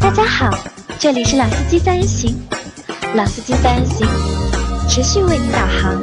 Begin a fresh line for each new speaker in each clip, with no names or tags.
大家好，这里是老司机三人行，老司机三人行持续为你导航。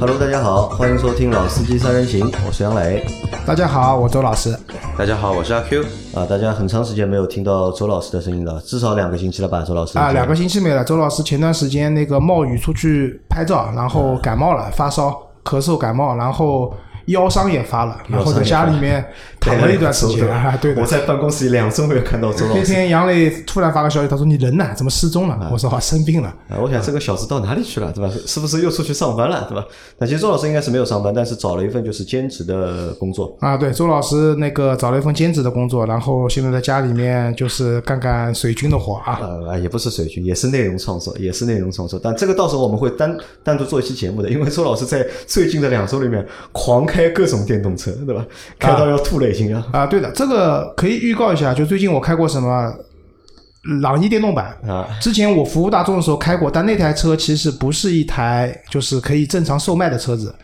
Hello，大家好，欢迎收听《老司机三人行》，我是杨磊。
大家好，我周老师。
大家好，我是阿 Q。
啊，大家很长时间没有听到周老师的声音了，至少两个星期了吧？周老师
啊，两个星期没了。周老师前段时间那个冒雨出去拍照，然后感冒了，发烧、咳嗽、感冒，然后腰伤也发了，然后在家里面躺了一段时间。啊，对的
我。在办公室里两周没有看到周老
那
师，
天杨磊突然发个消息，他说：“你人呢？怎么失踪了？”我说：“啊，生病了。
啊，我想这个小子到哪里去了，对吧？是不是又出去上班了，对吧？那其实周老师应该是没有上班，但是找了一份就是兼职的工作。”
啊，对，周老师那个找了一份兼职的工作，然后现在在家里面就是干干水军的活啊。
呃，也不是水军，也是内容创作，也是内容创作。但这个到时候我们会单单独做一期节目的，因为周老师在最近的两周里面狂开各种电动车，对吧？开到要吐了已经要。
啊，对的，这个可以预告一下，就最近我开过什么朗逸电动版
啊。
之前我服务大众的时候开过，但那台车其实不是一台就是可以正常售卖的车子。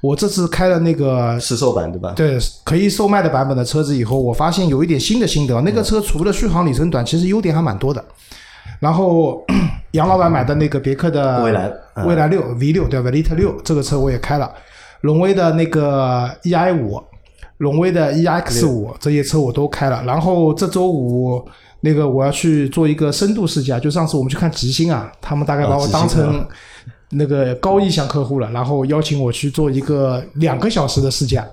我这次开了那个
试售版对吧？
对可以售卖的版本的车子以后，我发现有一点新的心得，那个车除了续航里程短，其实优点还蛮多的。然后 杨老板买的那个别克的
蔚蓝嗯
蔚蓝六 V 六对吧？Velite 六这个车我也开了，荣威的那个 EI 五，荣威的 EX 五这些车我都开了。然后这周五那个我要去做一个深度试驾，就上次我们去看极星啊，他们大概把我当成那个高意向客户了，然后邀请我去做一个两个小时的试驾。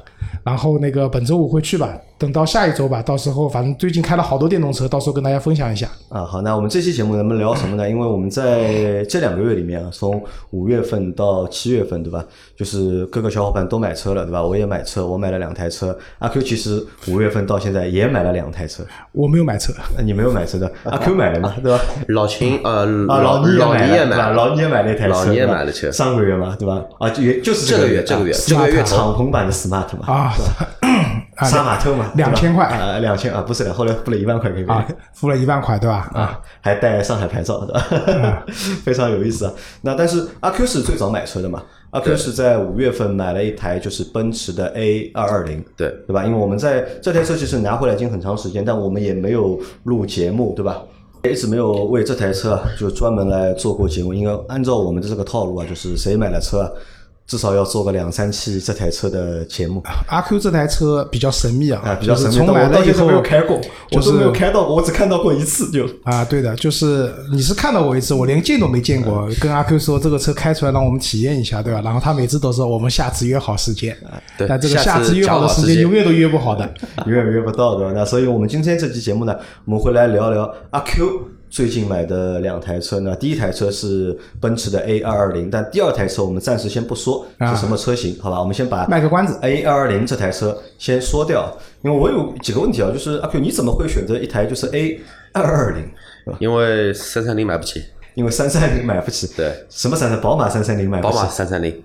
然后那个本周五会去吧，等到下一周吧，到时候反正最近开了好多电动车，到时候跟大家分享一下。
啊，好，那我们这期节目咱们聊什 么呢？因为我们在这两个月里面啊，从五月份到七月份，对吧？就是各个小伙伴都买车了，对吧？我也买车，我买了两台车。阿 Q 其实五月份到现在也买了两台车，
我没有买车，
呃你没有买 车的，阿 Q 买了嘛，对吧？
老秦呃，
啊，
老
倪也
老
买
倪也
了，
买
对吧
了，
老倪也买了一台车，
老倪也买了车
对吧上个月嘛，对吧？啊，就也就是
这个月这个月这个月
啊敞篷版的 smart 嘛，
啊啊
杀马特嘛，对吧
2000块
啊，两千啊，不是的，后来付了一万块给
啊
我。，
付了一万块对吧？
啊，还带上海牌照的， 非常有意思啊。那但是阿 Q 是最早买车的嘛？阿 Q 是在五月份买了一台就是奔驰的 A 二二零，
对
对吧？因为我们在这台车其实拿回来已经很长时间，但我们也没有录节目，对吧？也一直没有为这台车啊，就专门来做过节目。因为按照我们的这个套路啊，就是谁买了车啊，至少要做个两三期这台车的节目。
阿 Q 这台车比较神秘啊，
啊，比较
就是
神秘，
从
但
买
我到
了以
现在
后
没有开过，
就
我都没有
是
开到过，我只看到过一次就。
啊，对的，就是你是看到我一次，我连见都没见过，
嗯
跟阿 Q 说这个车开出来让我们体验一下，对吧？然后他每次都说我们下次约好时间，
哎
对
但这个
下次
次约好的
讲好
时
时
间
间
永远都约不好的。
永远约不到的。那所以我们今天这期节目呢，我们会来聊聊阿 Q 最近买的两台车呢。第一台车是奔驰的 A 二二零，但第二台车我们暂时先不说是什么车型，好吧？我们先把
卖个关子
A 二二零这台车先说掉，因为我有几个问题啊，就是阿 Q 你怎么会选择一台就是 A 二二零？
因为三三零买不起，
因为三三零买不起，
对，
什么三三宝马三三零买不
宝
起，
马三三零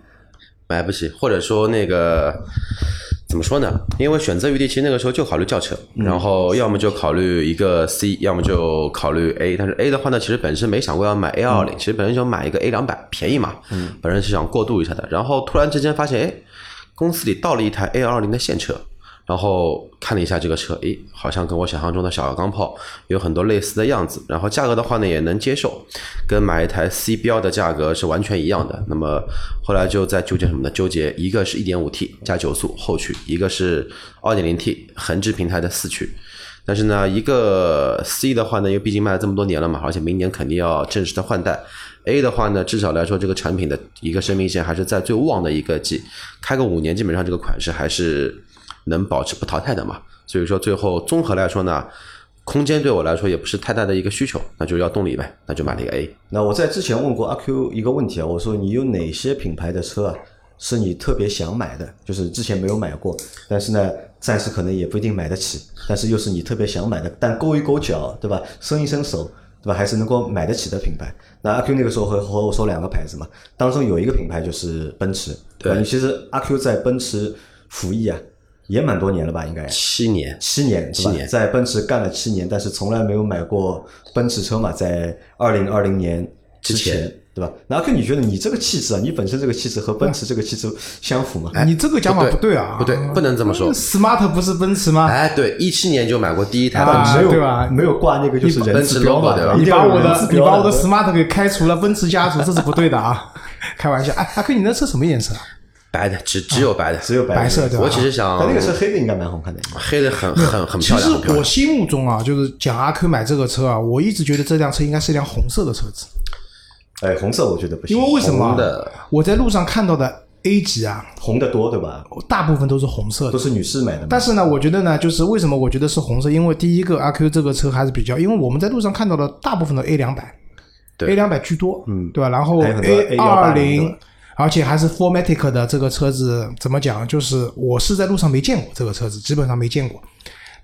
买不起，或者说那个怎么说呢？因为选择余地，其实那个时候就考虑轿车，
嗯
然后要么就考虑一个 C，要么就考虑 A。但是 A 的话呢，其实本身没想过要买 A 二
嗯
零，其实本身想买一个 A 两百，便宜嘛，本身是想过渡一下的。然后突然之间发现，哎，公司里到了一台 A 二零的现车。然后看了一下这个车，诶，好像跟我想象中的小钢炮有很多类似的样子。然后价格的话呢，也能接受，跟买一台 C 标的价格是完全一样的。那么后来就在纠结什么呢？纠结一个是 1.5T 加九速后驱，一个是 2.0T 横置平台的四驱。但是呢，一个 C 的话呢，因为毕竟卖了这么多年了嘛，而且明年肯定要正式的换代。A 的话呢，至少来说，这个产品的一个生命线还是在最旺的一个季，开个五年，基本上这个款式还是能保持不淘汰的嘛。所以说，最后综合来说呢，空间对我来说也不是太大的一个需求，那就要动力呗，那就买了一个 A。
那我在之前问过阿 Q 一个问题啊，我说你有哪些品牌的车啊，是你特别想买的，就是之前没有买过，但是呢，暂时可能也不一定买得起，但是又是你特别想买的，但勾一勾脚，对吧？伸一伸手，对吧？还是能够买得起的品牌。那阿 Q 那个时候和和我说两个牌子嘛，当中有一个品牌就是奔驰，对吧？
对
你其实阿 Q 在奔驰服役啊。也蛮多年了吧，应该
七年，
七年，对吧
七年
在奔驰干了七年，但是从来没有买过奔驰车嘛，在二零二零年之
之前
对吧？那阿 Q，你觉得你这个气质啊，你本身这个气质和奔驰这个气质相符吗？
哎你这个讲法
不对
对啊，
不对，不能这么说。
，smart 不是奔驰吗？
哎，对，一七年就买过第一台奔
啊
驰，
没有
对吧
没有挂那个就是人
奔
字
驰
标嘛，
logo 对吧
一
你
定
把
要有
我
人
的
字
你
标
把我的 smart 给开除了奔驰家族，这是不对的啊！开玩笑，哎，阿 Q，你那车什么颜色啊？
白的，只只有白的。
只有白
白色对吧？
我其实想
但，那个车黑的应该蛮好看的，
黑的很很很
其
漂
实
亮，很漂
我
亮。
心目中啊，就是讲阿 Q 买这个车啊，我一直觉得这辆车应该是一辆红色的车子，
哎，红色我觉得不行，
因为为什么
红
啊
的？
我在路上看到的 A 级啊，
红的多对吧？
大部分都是红色的
都。是女士买的嘛，
但是呢，我觉得呢，就是为什么我觉得是红色？因为第一个阿 Q 这个车还是比较，因为我们在路上看到的大部分的 A 两百
对
，A 两百居多，嗯，对吧？然后
还有很多
A 二
A180 对
零
吧，
而且还是 f o r m a t i c 的这个车子，怎么讲？就是我是在路上没见过这个车子，基本上没见过。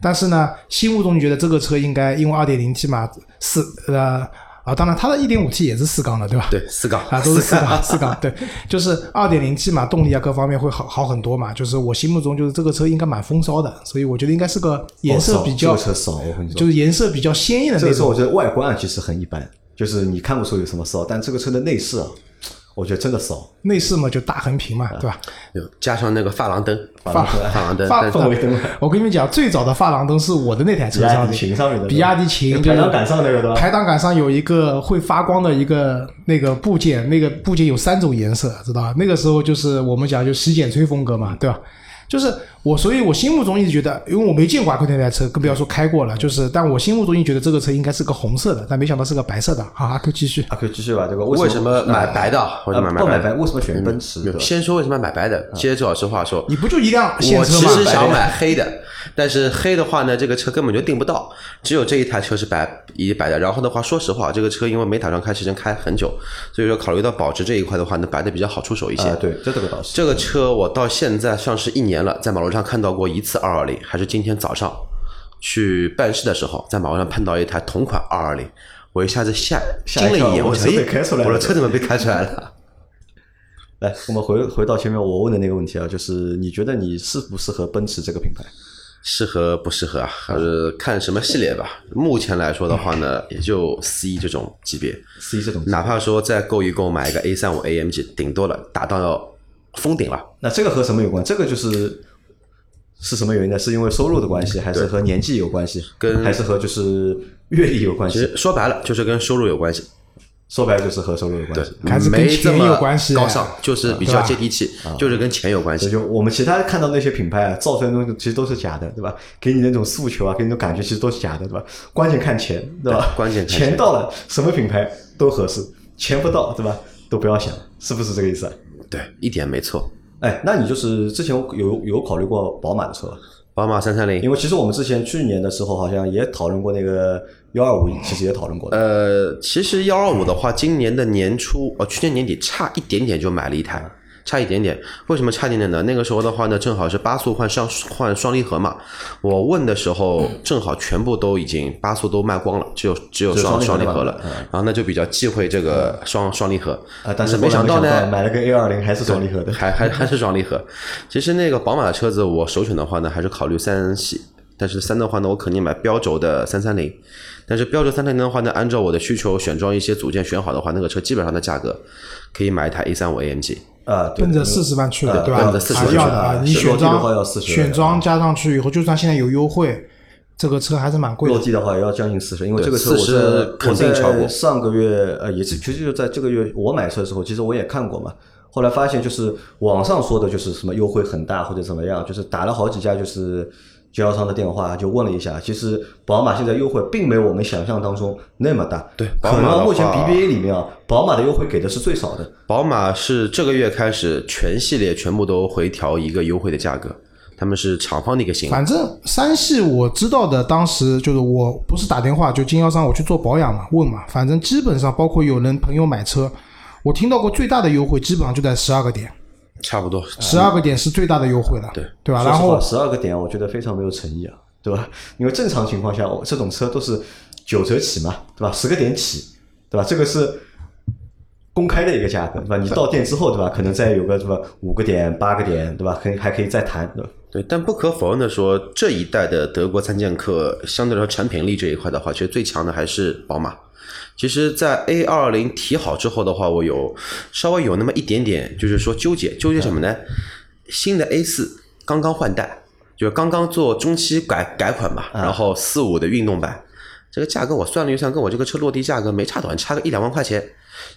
但是呢，心目中觉得这个车应该因为二点零 T 嘛，四呃啊，当然它的一点五 T 也是四缸的，对吧？
对，四缸
啊，都是四缸，四缸，对，就是二点零 T 嘛，动力啊各方面会好好很多嘛。就是我心目中就是这个车应该蛮风骚的，所以我觉得应该是个颜色比较，
哦骚这个车骚，我跟你说，
就是颜色比较鲜艳的
这
那
个车
种。
我觉得外观啊其实很一般，就是你看不出有什么骚，但这个车的内饰啊，我觉得真的骚，
内饰嘛就大横屏
啊
嘛，对吧？
有加上那个发廊灯，发廊灯，发廊灯，
发
但
发
围灯嘛，
我跟你们讲，最早的发廊灯是我的那台车
比亚
上
迪
的，
秦上面的，
比亚迪秦
排挡杆上那个对吧？
排挡杆上有一个会发光的一个那个部件，那个部件有三种颜色，知道吧？那个时候就是我们讲就洗剪吹风格
嗯
嘛，对吧？就是我，所以我心目中一直觉得，因为我没见过阿奎那台车，更不要说开
嗯
过了。就是，但我心目中一直觉得这个车应该是个红色的，但没想到是个白色的。好，阿 Q 继续。
啊，可以继续吧，这个
为
什
什么买白的？
呃
为什么
不
买
买
白
白？
的？嗯
为什么选奔驰？啊对吧
先说为什么买白的，接着老师话说，
你不就一辆现
我
车
其
吗？
实想买黑的，但是黑的话呢，这个车根本就订不到，只有这一台车是白一白的。然后的话，说实话，这个车因为没打算开时间开很久，所以说考虑到保值这一块的话，那白的比较好出手一些。
啊，对，这这个倒是。
这个车我到现在上市一年了，在马路上看到过一次二二零，还是今天早上去办事的时候，在马路上碰到一台同款二二零，我一下子吓惊
吓一
了
跳
一眼，我
我
想，
车被开出来
咦，
了
我的车怎么被开出来了？
来，我们回回到前面我问的那个问题啊，就是你觉得你适不适合奔驰这个品牌？
适合不适合啊？还是看什么系列吧。目前来说的话呢，也就 C 这种级别，
C 这种，
哪怕说再购一购买一个 A 三五 AMG，顶多了达到封顶了。
那这个和什么有关？这个就是是什么原因呢？是因为收入的关系，还是和年纪有关系？
跟
还是和就是阅历有关
其
系？
实说白了，就是跟收入有关系。
说白了就是和收入有关
对
系。，
还是跟
没这
钱
么
有关系哎
高尚就是比
对
较
吧啊
接地气，就是跟钱有关
所以
系。
就我们其他看到那些品牌啊，造成的东西其实都是假的，对吧？给你那种诉求啊，给你那种感觉，其实都是假的，对吧？关键看钱，对吧？
对关键看钱
钱到了，什么品牌都合适；钱不到，对吧？都不要想，是不是这个意思啊？
对，一点没错。
哎，那你就是之前有有考虑过宝马的车吧？
宝马三三
因
零，
为其实我们之前去年的时候好像也讨论过那个幺二五，其实也讨论过的。
呃，其实幺二五的话，今年的年初，哦，去年年底差一点点就买了一台，差一点点。为什么差一点点呢？那个时候的话呢，正好是八速换上换双离合嘛。我问的时候，正好全部都已经八速都卖光了，只有只有
只有
双
双
双
离
离
合
合
了
了。然后那就比较忌讳这个双双离合
啊，嗯但是
呃没想
后来
到
没
呢，
买了个 A 二零还是双离合的。
还还还是双离合。其实那个宝马的车子，我首选的话呢，还是考虑三系。但是三的话呢，我肯定买标轴的三三零。但是标轴三三零的话呢，按照我的需求选装一些组件选好的话，那个车基本上的价格可以买一台 A 三五 AMG。
啊，对
奔着四十万去的，
呃
对吧？
奔着
啊
40万去的
要的啊！你
是落
选
地的话要
装
40
选装加上去以后，就算现在有优惠，这个车还是蛮贵
落
的。
地的话也要将近四十，因为
对
这个车我
40
在
肯定超过
我在上个月呃，也是其实就在这个月我买车的时候，其实我也看过嘛。后来发现就是网上说的就是什么优惠很大或者怎么样，就是打了好几家就是经销商的电话就问了一下，其实宝马现在优惠并没有我们想象当中那么大。
对
可
宝马的
能目前
话
BBA 里面啊，宝马的优惠给的是最少的。
宝马是这个月开始全系列全部都回调一个优惠的价格，他们是厂方的一个行为。
反正三系我知道的，当时就是我不是打电话，就经销商我去做保养嘛，问嘛，反正基本上包括有人朋友买车，我听到过最大的优惠基本上就在十二个点，
差不多。
十二个点是最大的优惠了，
对
对吧？
说
然
实话，
后
十二个点我觉得非常没有诚意啊，对吧？ 因为正常情况下，我这种车都是九折起嘛，对吧？十个点起，对吧？这个是公开的一个价格，对吧？你到店之后，对吧？可能再有个什么五个点、八个点，对吧？可以还可以再谈，对吧？
对，但不可否认的说，这一代的德国参见客相对来说产品力这一块的话，其实最强的还是宝马。其实，在 A 二零提好之后的话，我有稍微有那么一点点，就是说纠结，纠结什么呢？新的 A 四刚刚换代，就是刚刚做中期改改款嘛，然后四五的运动版，这个价格我算了一算，跟我这个车落地价格没差多少，差个一两万块钱。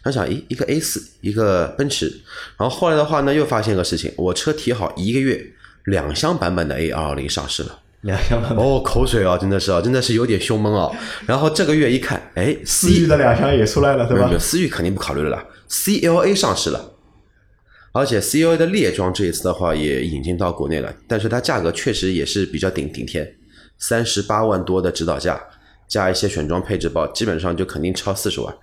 想想，一一个 A 四，一个奔驰，然后后来的话呢，又发现一个事情，我车提好一个月，两厢版本的 A 二二零上市了。
两厢版
哦，口水啊，真的是啊，真的是有点胸闷啊。然后这个月一看，哎，
思域的两厢也出来了，对
没有
吧
没？有，思域肯定不考虑了啦，CLA 上市了，而且 CLA 的列装这一次的话也引进到国内了，但是它价格确实也是比较顶顶天，三十八万多的指导价，加一些选装配置包，基本上就肯定超四十万。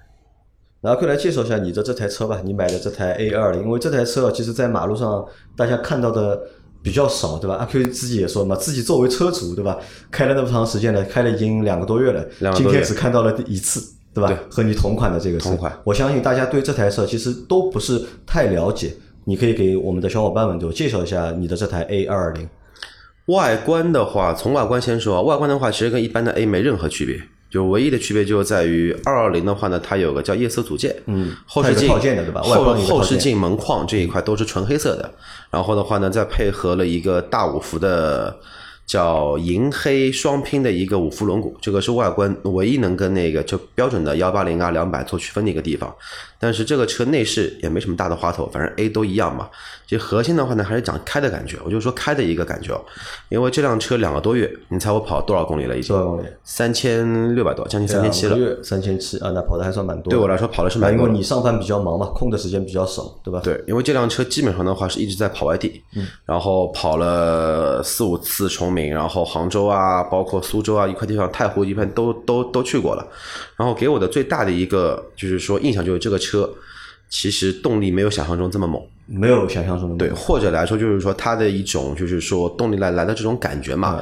然后可以来介绍一下你的这台车吧，你买的这台 A 二零，因为这台车啊其实在马路上大家看到的比较少，对吧？阿 Q 自己也说嘛，自己作为车主，对吧？开了那么长时间了，开了已经两个多月了，
两个
今
多月
天只看到了第一次，对吧？
对
和你同款的这个车，
同款
我相信大家对这台车其实都不是太了解，你可以给我们的小伙伴们对我介绍一下你的这台 A 二零。
外观的话，从外观先说啊，外观的话其实跟一般的 A 没任何区别，就唯一的区别就在于二二零的话呢，它有个叫夜色组件，
嗯
后视
它有
镜
个套件的对吧外
后
观有个套
后视
件嗯
镜门框这一块都是纯黑色的，然后的话呢，再配合了一个大五幅的叫银黑双拼的一个五幅轮毂，这个是外观唯一能跟那个就标准的幺八零啊两百做区分的一个地方。但是这个车内饰也没什么大的花头，反正 A 都一样嘛。其实核心的话呢，还是讲开的感觉，我就说开的一个感觉哦，因为这辆车两个多月，你猜我跑多少公里了？已经
多少公里？
三千六百多，将近三千七了。
三千七啊，那跑的还算蛮多的。
对我来说跑的是
啊
蛮
因
多
为
的。
你上班比较忙嘛，空的时间比较少，对吧？
对，因为这辆车基本上的话是一直在跑外地，然后跑了四五次崇明，然后杭州啊，包括苏州啊一块地方，太湖一片都都都去过了。然后给我的最大的一个就是说印象就是这个车其实动力没有想象中这么猛，
没有想象中的
对，或者来说就是说它的一种就是说动力来来的这种感觉嘛。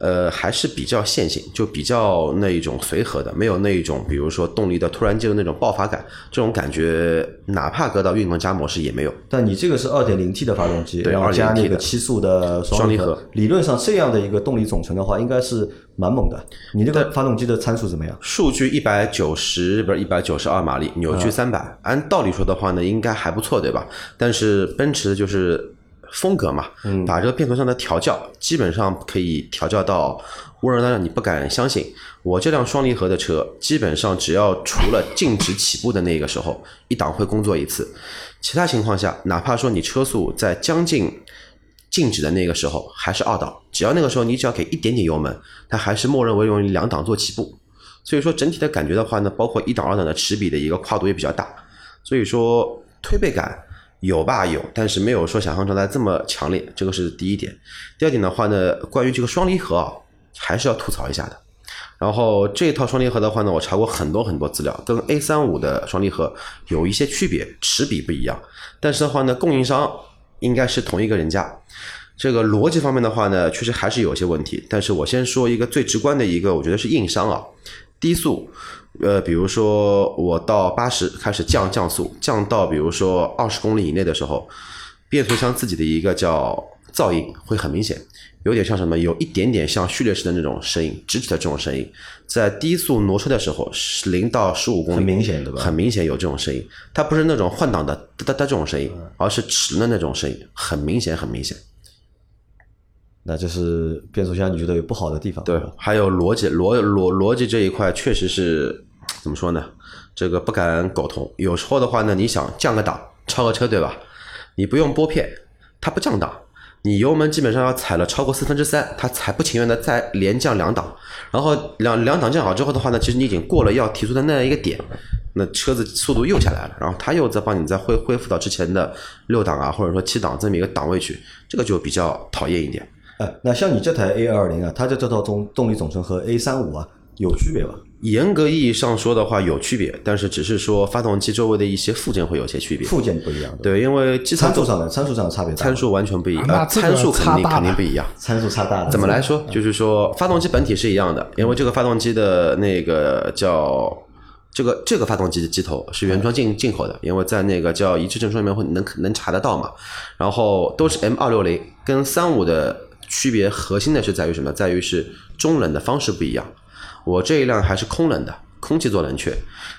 呃，还是比较线性，就比较那一种随和的，没有那一种比如说动力的突然间的那种爆发感，这种感觉哪怕搁到运动加模式也没有。
但你这个是二点零 T 的发动机，
对
然后
2.0T
加那个
的
七速的双
双离
合
合，
理论上这样的一个动力总成的话，应该是蛮猛的。你那个发动机的参数怎么样？
数据一百九十不是一百九十二马力，扭矩三百、按道理说的话呢，应该还不错，对吧？但是奔驰就是风格嘛，
嗯
把这个变速箱的调教基本上可以调教到温柔到让你不敢相信。我这辆双离合的车，基本上只要除了静止起步的那个时候，一档会工作一次，其他情况下，哪怕说你车速在将近静止的那个时候还是二档，只要那个时候你只要给一点点油门，它还是默认为用两档做起步。所以说整体的感觉的话呢，包括一档二档的齿比的一个跨度也比较大，所以说推背感有吧有，但是没有说想象中来这么强烈，这个是第一点。第二点的话呢，关于这个双离合啊，还是要吐槽一下的。然后这套双离合的话呢，我查过很多很多资料，跟 A 3 5的双离合有一些区别，齿比不一样，但是的话呢，供应商应该是同一个人家。这个逻辑方面的话呢，确实还是有一些问题。但是我先说一个最直观的一个，我觉得是硬伤啊，低速。呃，比如说我到八十开始降降速，降到比如说二十公里以内的时候，变速箱自己的一个叫噪音会很明显，有点像什么，有一点点像序列式的那种声音，直指的这种声音，在低速挪车的时候，零到十五公里
很明显对吧
很明显有这种声音，它不是那种换挡的哒哒哒这种声音，
嗯
而是齿轮的那种声音，很明显，很明显。
那这是变速箱，你觉得有不好的地方？嗯
对，还有逻辑逻逻逻辑这一块确实是怎么说呢？这个不敢苟同。有时候的话呢，你想降个档、超个车，对吧？你不用拨片，它不降档，你油门基本上要踩了超过四分之三，它才不情愿的再连降两档。然后两两档降好之后的话呢，其实你已经过了要提速的那一个点，那车子速度又下来了，然后它又再帮你再恢恢复到之前的六档啊，或者说七档这么一个档位去，这个就比较讨厌一点。
哎，那像你这台 A 二零啊，它的这套动动力总成和 A 3 5啊有区别吧？
严格意义上说的话有区别，但是只是说发动机周围的一些附件会有些区别。
附件不一样，吧，
对，因为基
参
参
数上的参数上的差别大吗
参数完全不一样，
啊那
呃
这个
参数肯
差
定
大了
肯定不一样。
参数差大了，
怎么来说？就是说发动机本体是一样的，因为这个发动机的那个叫这个这个发动机的机头是原装进进口的，因为在那个叫一致证书里面会能能查得到嘛。然后都是 M 二六零，跟三五的区别核心的是在于什么？在于是中冷的方式不一样。我这一辆还是空冷的，空气做冷却。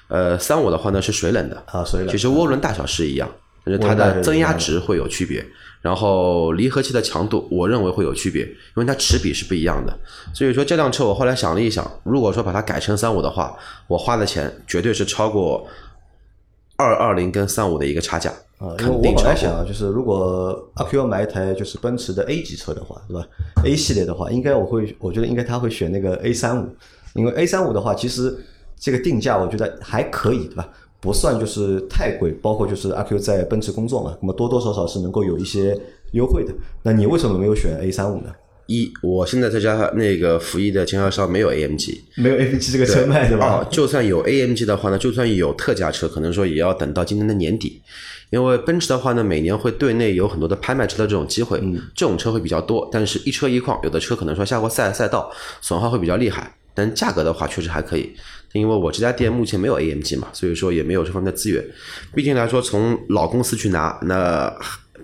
呃，三五的话呢是水冷的
啊水冷
其实涡轮大小是一样，但是它
涡轮大小是
的增
一样
压
的
值会有区别。然后离合器的强度，我认为会有区别，因为它齿比是不一样的。所以说这辆车我后来想了一想，如果说把它改成三五的话，我花的钱绝对是超过二二零跟三五的一个差价，
啊，因为
肯
我
定
本
超
来
过。
想啊，就是如果阿 Q 要买一台就是奔驰的 A 级车的话，对吧？A 系列的话，应该我会，我觉得应该他会选那个 A 三五，因为 A 三五的话，其实这个定价我觉得还可以，对吧？不算就是太贵，包括就是阿 Q 在奔驰工作嘛，那么多多少少是能够有一些优惠的。那你为什么没有选 A 三五呢？
一，我现在这家那个福翼的经销商没有 AMG，
没有 A B G 这个车卖 对吧
哦？，就算有 AMG 的话呢，就算有特价车，可能说也要等到今年的年底，因为奔驰的话呢，每年会对内有很多的拍卖车的这种机会，
嗯
这种车会比较多，但是一车一况，有的车可能说下过赛赛道，损耗会比较厉害，但价格的话确实还可以。因为我这家店目前没有 AMG 嘛，所以说也没有这方面的资源。毕竟来说，从老公司去拿，那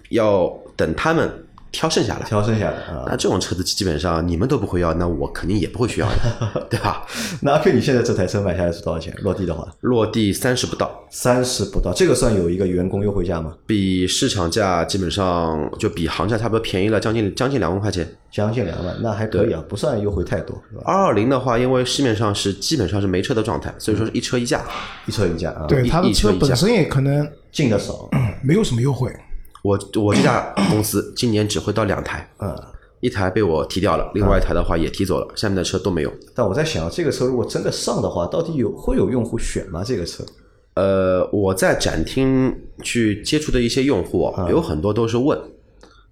要等他们挑剩下来。
挑剩下的啊，
那这种车子基本上你们都不会要，那我肯定也不会需要的，对吧？
那阿 Q 你现在这台车买下来是多少钱？落地的话，
落地三十不到，
三十不到，这个算有一个员工优惠价吗？
比市场价基本上就比行价差不多便宜了将近将近两万块钱。
将近两万，那还可以啊，不算优惠太多，是吧？
二二零的话，因为市面上是基本上是没车的状态，所以说是一车一价。
一车一价啊，
对，
一
它的
一车
车
一
本
价
身也可能
进的少，
没有什么优惠，
我我这家公司今年只会到两台，
嗯。
一台被我提掉了，另外一台的话也提走了，下面的车都没有。
但我在想，这个车如果真的上的话，到底有会有用户选吗？这个车
呃，我在展厅去接触的一些用户啊，有很多都是问，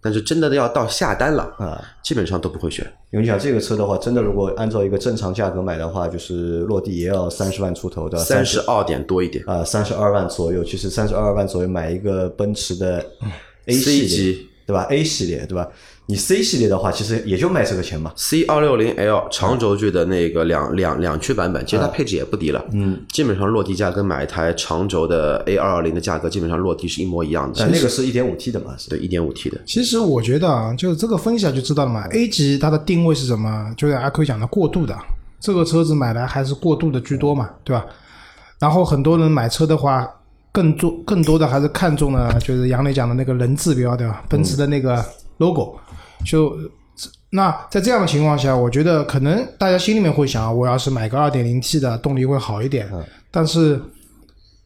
但是真的要到下单了，
啊，
基本上都不会选。
因为你想这个车的话，真的如果按照一个正常价格买的话，就是落地也要三呃十万出头的，
三十二点多一点
啊，三十二万左右。其实三十二万左右买一个奔驰的 A
C
系列
级，
对吧？A 系列对吧？你 C 系列的话，其实也就卖这个钱嘛。
C 二六零 L 长轴距的那个两两两驱版本，其实它配置也不低了，嗯，基本上落地价跟买一台长轴的 A 二二零的价格基本上落地是一模一样的，
哎但那个是一点五 T 的嘛，是
对一点五 T 的，
其实我觉得啊，就是这个分析下就知道了嘛。A 级它的定位是什么？就是阿 Q 讲的过渡的，这个车子买来还是过渡的居多嘛，对吧？然后很多人买车的话，更重更多的还是看重了，就是杨磊讲的那个人字标，对吧？奔驰的那个 logo，、就那在这样的情况下，我觉得可能大家心里面会想，我要是买个 2.0T 的动力会好一点，但是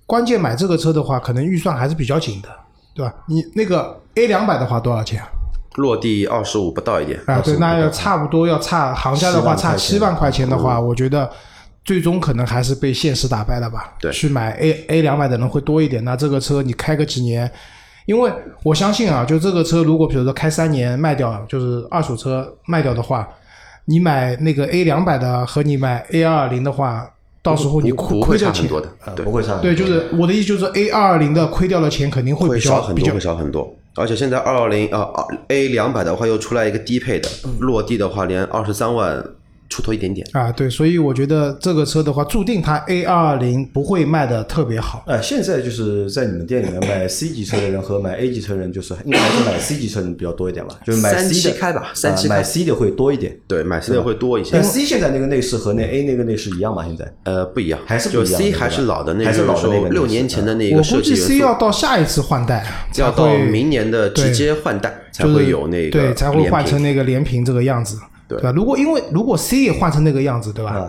关键买这个车的话，可能预算还是比较紧的，对吧？你那个 A 两百的话多少钱啊？
落地二十五不到一点，
哎
啊，对，那要差不多要差行家的
7万
话，
块
差
钱
七万块钱的话，
嗯
我觉得最终可能还是被现实打败了吧。
对
去买 A A 两百的人会多一点。那这个车你开个几年？因为我相信啊，就这个车如果比如说开三年卖掉，就是二手车卖掉的话，你买那个 A 两百的和你买 A 二零的话，到时候你亏
不
亏
会
掉
差很
钱。
多的，
啊，
对
不，会上
对，就是我的意思就是 A 二零的亏掉的钱肯定会
会
比
少
较
很
比
多，
较
会少很多。而且现在二二零啊，A 两百的话又出来一个低配的，落地的话连二十三万出头一点点，
啊，对，所以我觉得这个车的话，注定它 A 二零不会卖的特别好。
呃，现在就是在你们店里面买 C 级车的人和买 A 级车人，就是应该还是买 C 级车人比较多一点吧，就是买
三
C
七
的
开吧三
呃
七开嗯
买 C 的会多一点。
对，买 C 的会多一些
但。C 现在那个内饰和那 A 那个内饰一样嘛？现在
呃，不一样，
还是不
就
一样
C
的
还
对
是
吧
老的那
还是老的那个
时候六
内饰
年前的那
我
个
估
设计
计
元素。
是要到下一次换代啊才
要到
会，
明年的直接换代才
就是
会有那个
对，才会
连
换
屏
成那个连屏这个样子，对吧？如果因为如果 C 也换成那个样子，对吧？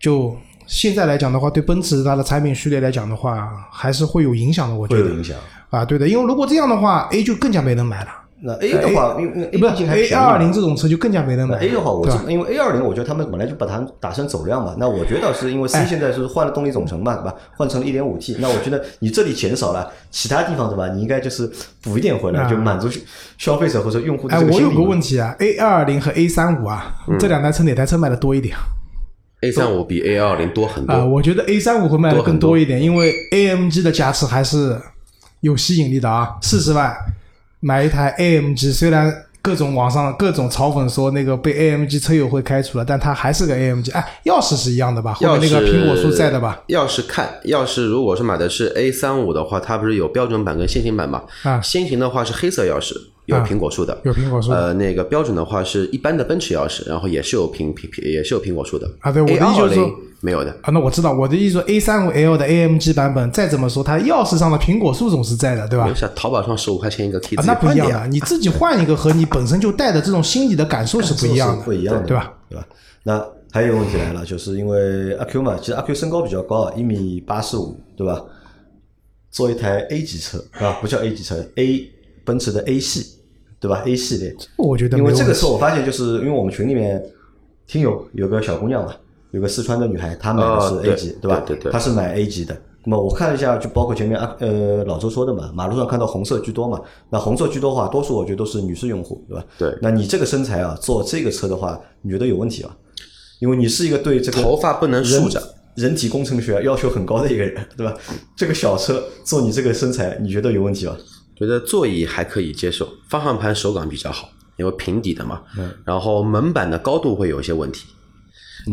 就现在来讲的话，对奔驰它的产品序列来讲的话，还是会有影响的，我觉
会有
得
影响。
啊，对的，因为如果这样的话，A 就更加没人买了，
那 A 的话，因为因
不
为 A 毕
是
竟还
哎 A
便宜
二
嘛
零这种车就更加没人
那
买
A 的话，我
对吧？
是因为 A 二零，我觉得他们本来就把它打算走量嘛。那我觉得是因为
哎
C 现在是换了动力总成嘛，对吧？换成了一点五 T。那我觉得你这里减少了，其他地方对吧？你应该就是补一点回来，就满足消消费者或者用户的
嗯哎，
这个
我
心理
有
嘛。
个问题啊，A 二零和 A 三五啊，这两台车哪台车卖的多一点啊？
A 三五哎比 A 二零多很
啊，
多，
我觉得 A 三五会卖的更多一点，因为 AMG 的加持还是有吸引力的啊。四十万买一台 AMG，虽然各种网上各种嘲讽说那个被 AMG 车友会开除了，但它还是个 AMG。哎，钥匙是一样的吧？后
要
面那
是
个苹果树在的吧？？
要是看，要是如果是买的是 A 三五的话，它不是有标准版跟先行版嘛？
啊
先行的话是黑色钥匙，有苹果树的。
有苹果树的
呃，那个标准的话是一般的奔驰钥匙，然后也是有苹苹苹也是有苹果树的。
啊对我的意思
A
就
二
是说
零没有的。
啊，那我知道，我的意思说 A 三五 L 的 AMG 版本，再怎么说，它钥匙上的苹果树总是在的，对吧
没？事，淘宝上十五块钱一个可以
啊
自，己
那不
换
一
的
样
呀
的，。你自己换一个和你本身就带的这种心理的感受是不一样的，
不一样的，
对吧？？
对吧？那还有一个问题来了，就是因为阿 Q 嘛，其实阿 Q 身高比较高，啊一米八十五，对吧？做一台 A 级车啊，不叫 A 级车，A 奔驰的 A 系，对吧？A 系列，
我觉得
因
没
为
有
这个
问题
时候我发现，就是因为我们群里面听友有个小姑娘嘛，有个四川的女孩，她买的
哦
是
对
A 级，吧？
对对对
她是买 A 级的。那么我看了一下，就包括前面啊呃老周说的嘛，马路上看到红色居多嘛，那红色居多的话，多数我觉得都是女士用户，对吧？
对
那你这个身材啊，坐这个车的话，你觉得有问题吗？因为你是一个对这个
头发不能竖着
人、人体工程学要求很高的一个人，对吧？这个小车坐你这个身材，你觉得有问题吗？
觉得座椅还可以接受，方向盘手感比较好，因为平底的嘛。
嗯
然后门板的高度会有一些问题。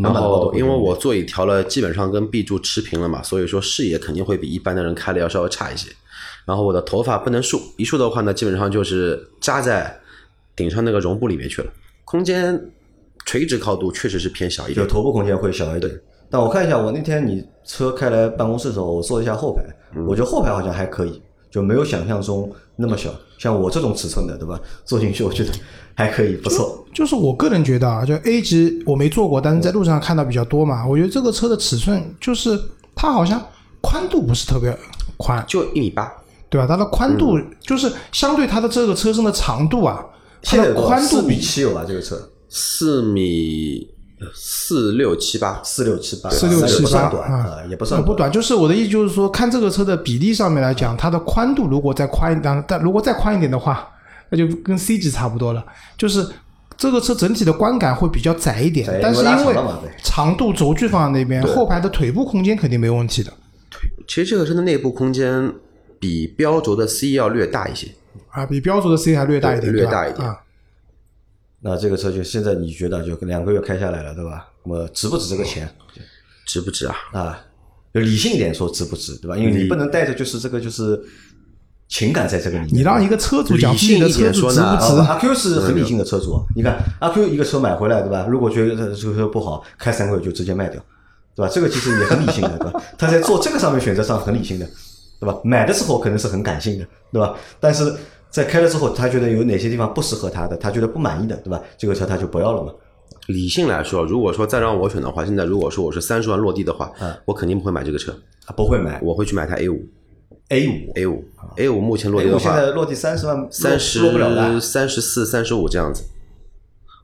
然后因为我座椅调了，基本上跟 B 柱持平了嘛，所以说视野肯定会比一般的人开的要稍微差一些。然后我的头发不能竖，一竖的话呢，基本上就是扎在顶上那个绒布里面去了。空间垂直高度确实是偏小一
就
点，
头部空间会小一点。但我看一下，我那天你车开来办公室的时候，我坐了一下后排，
嗯
我觉得后排好像还可以，就没有想象中那么小。像我这种尺寸的，对吧？坐进去我觉得还可以，不错。
就是我个人觉得啊，就 A 级我没坐过，但是在路上看到比较多嘛。我觉得这个车的尺寸就是它好像宽度不是特别宽，
就一米八。
对吧？它的宽度
嗯
就是相对它的这个车身的长度啊，它
现在
的宽
四
度
米七有吧？这个车
四米四六七八，
四六七八，
四六
那也
七
不
八
算短
啊
啊，也不
呃
算
不。短。就是我的意思就是说，看这个车的比例上面来讲，它的宽度如果再宽一点，但如果再宽一点的话，那就跟 C 级差不多了。就是这个车整体的观感会比较窄一点
窄，
但是
因为拉
因为
长了嘛对
长度轴距放在那边，后排的腿部空间肯定没问题的。
其实这个车的内部空间比标轴的 C 要略大一些。
啊，比标准的 C 还略大一点，
略
对吧
大一点
啊。
那这个车就现在你觉得就两个月开下来了，对吧？那么值不值这个钱
值不值啊？
嗯
啊？就理性一点说值不值，对吧？因为你不能带着就是这个就是情感在这个里面。啊
你让一个车主讲自己的车子值不值
理性一点说呢啊
阿 Q 是很理性的车主，啊你看阿 Q 一个车买回来，对吧？如果觉得这个车不好，开三个月就直接卖掉，对吧？这个其实也很理性的，对吧？他在做这个上面选择上很理性的，对
嗯
吧？买的时候可能是很感性的，对吧？但是在开了之后，他觉得有哪些地方不适合他的，他觉得不满意的，对吧？这个车他就不要了嘛。
理性来说，如果说再让我选的话，现在如果说我是三十万落地的话，
嗯
我肯定不会买这个车，
他不会买
我会去买台 A 五
A 五
，A 五，A 五目前落
啊，A 五
地的
现
话，
在落地三十万，
三
落不了
十
的。啊
三十四、三十五这样子，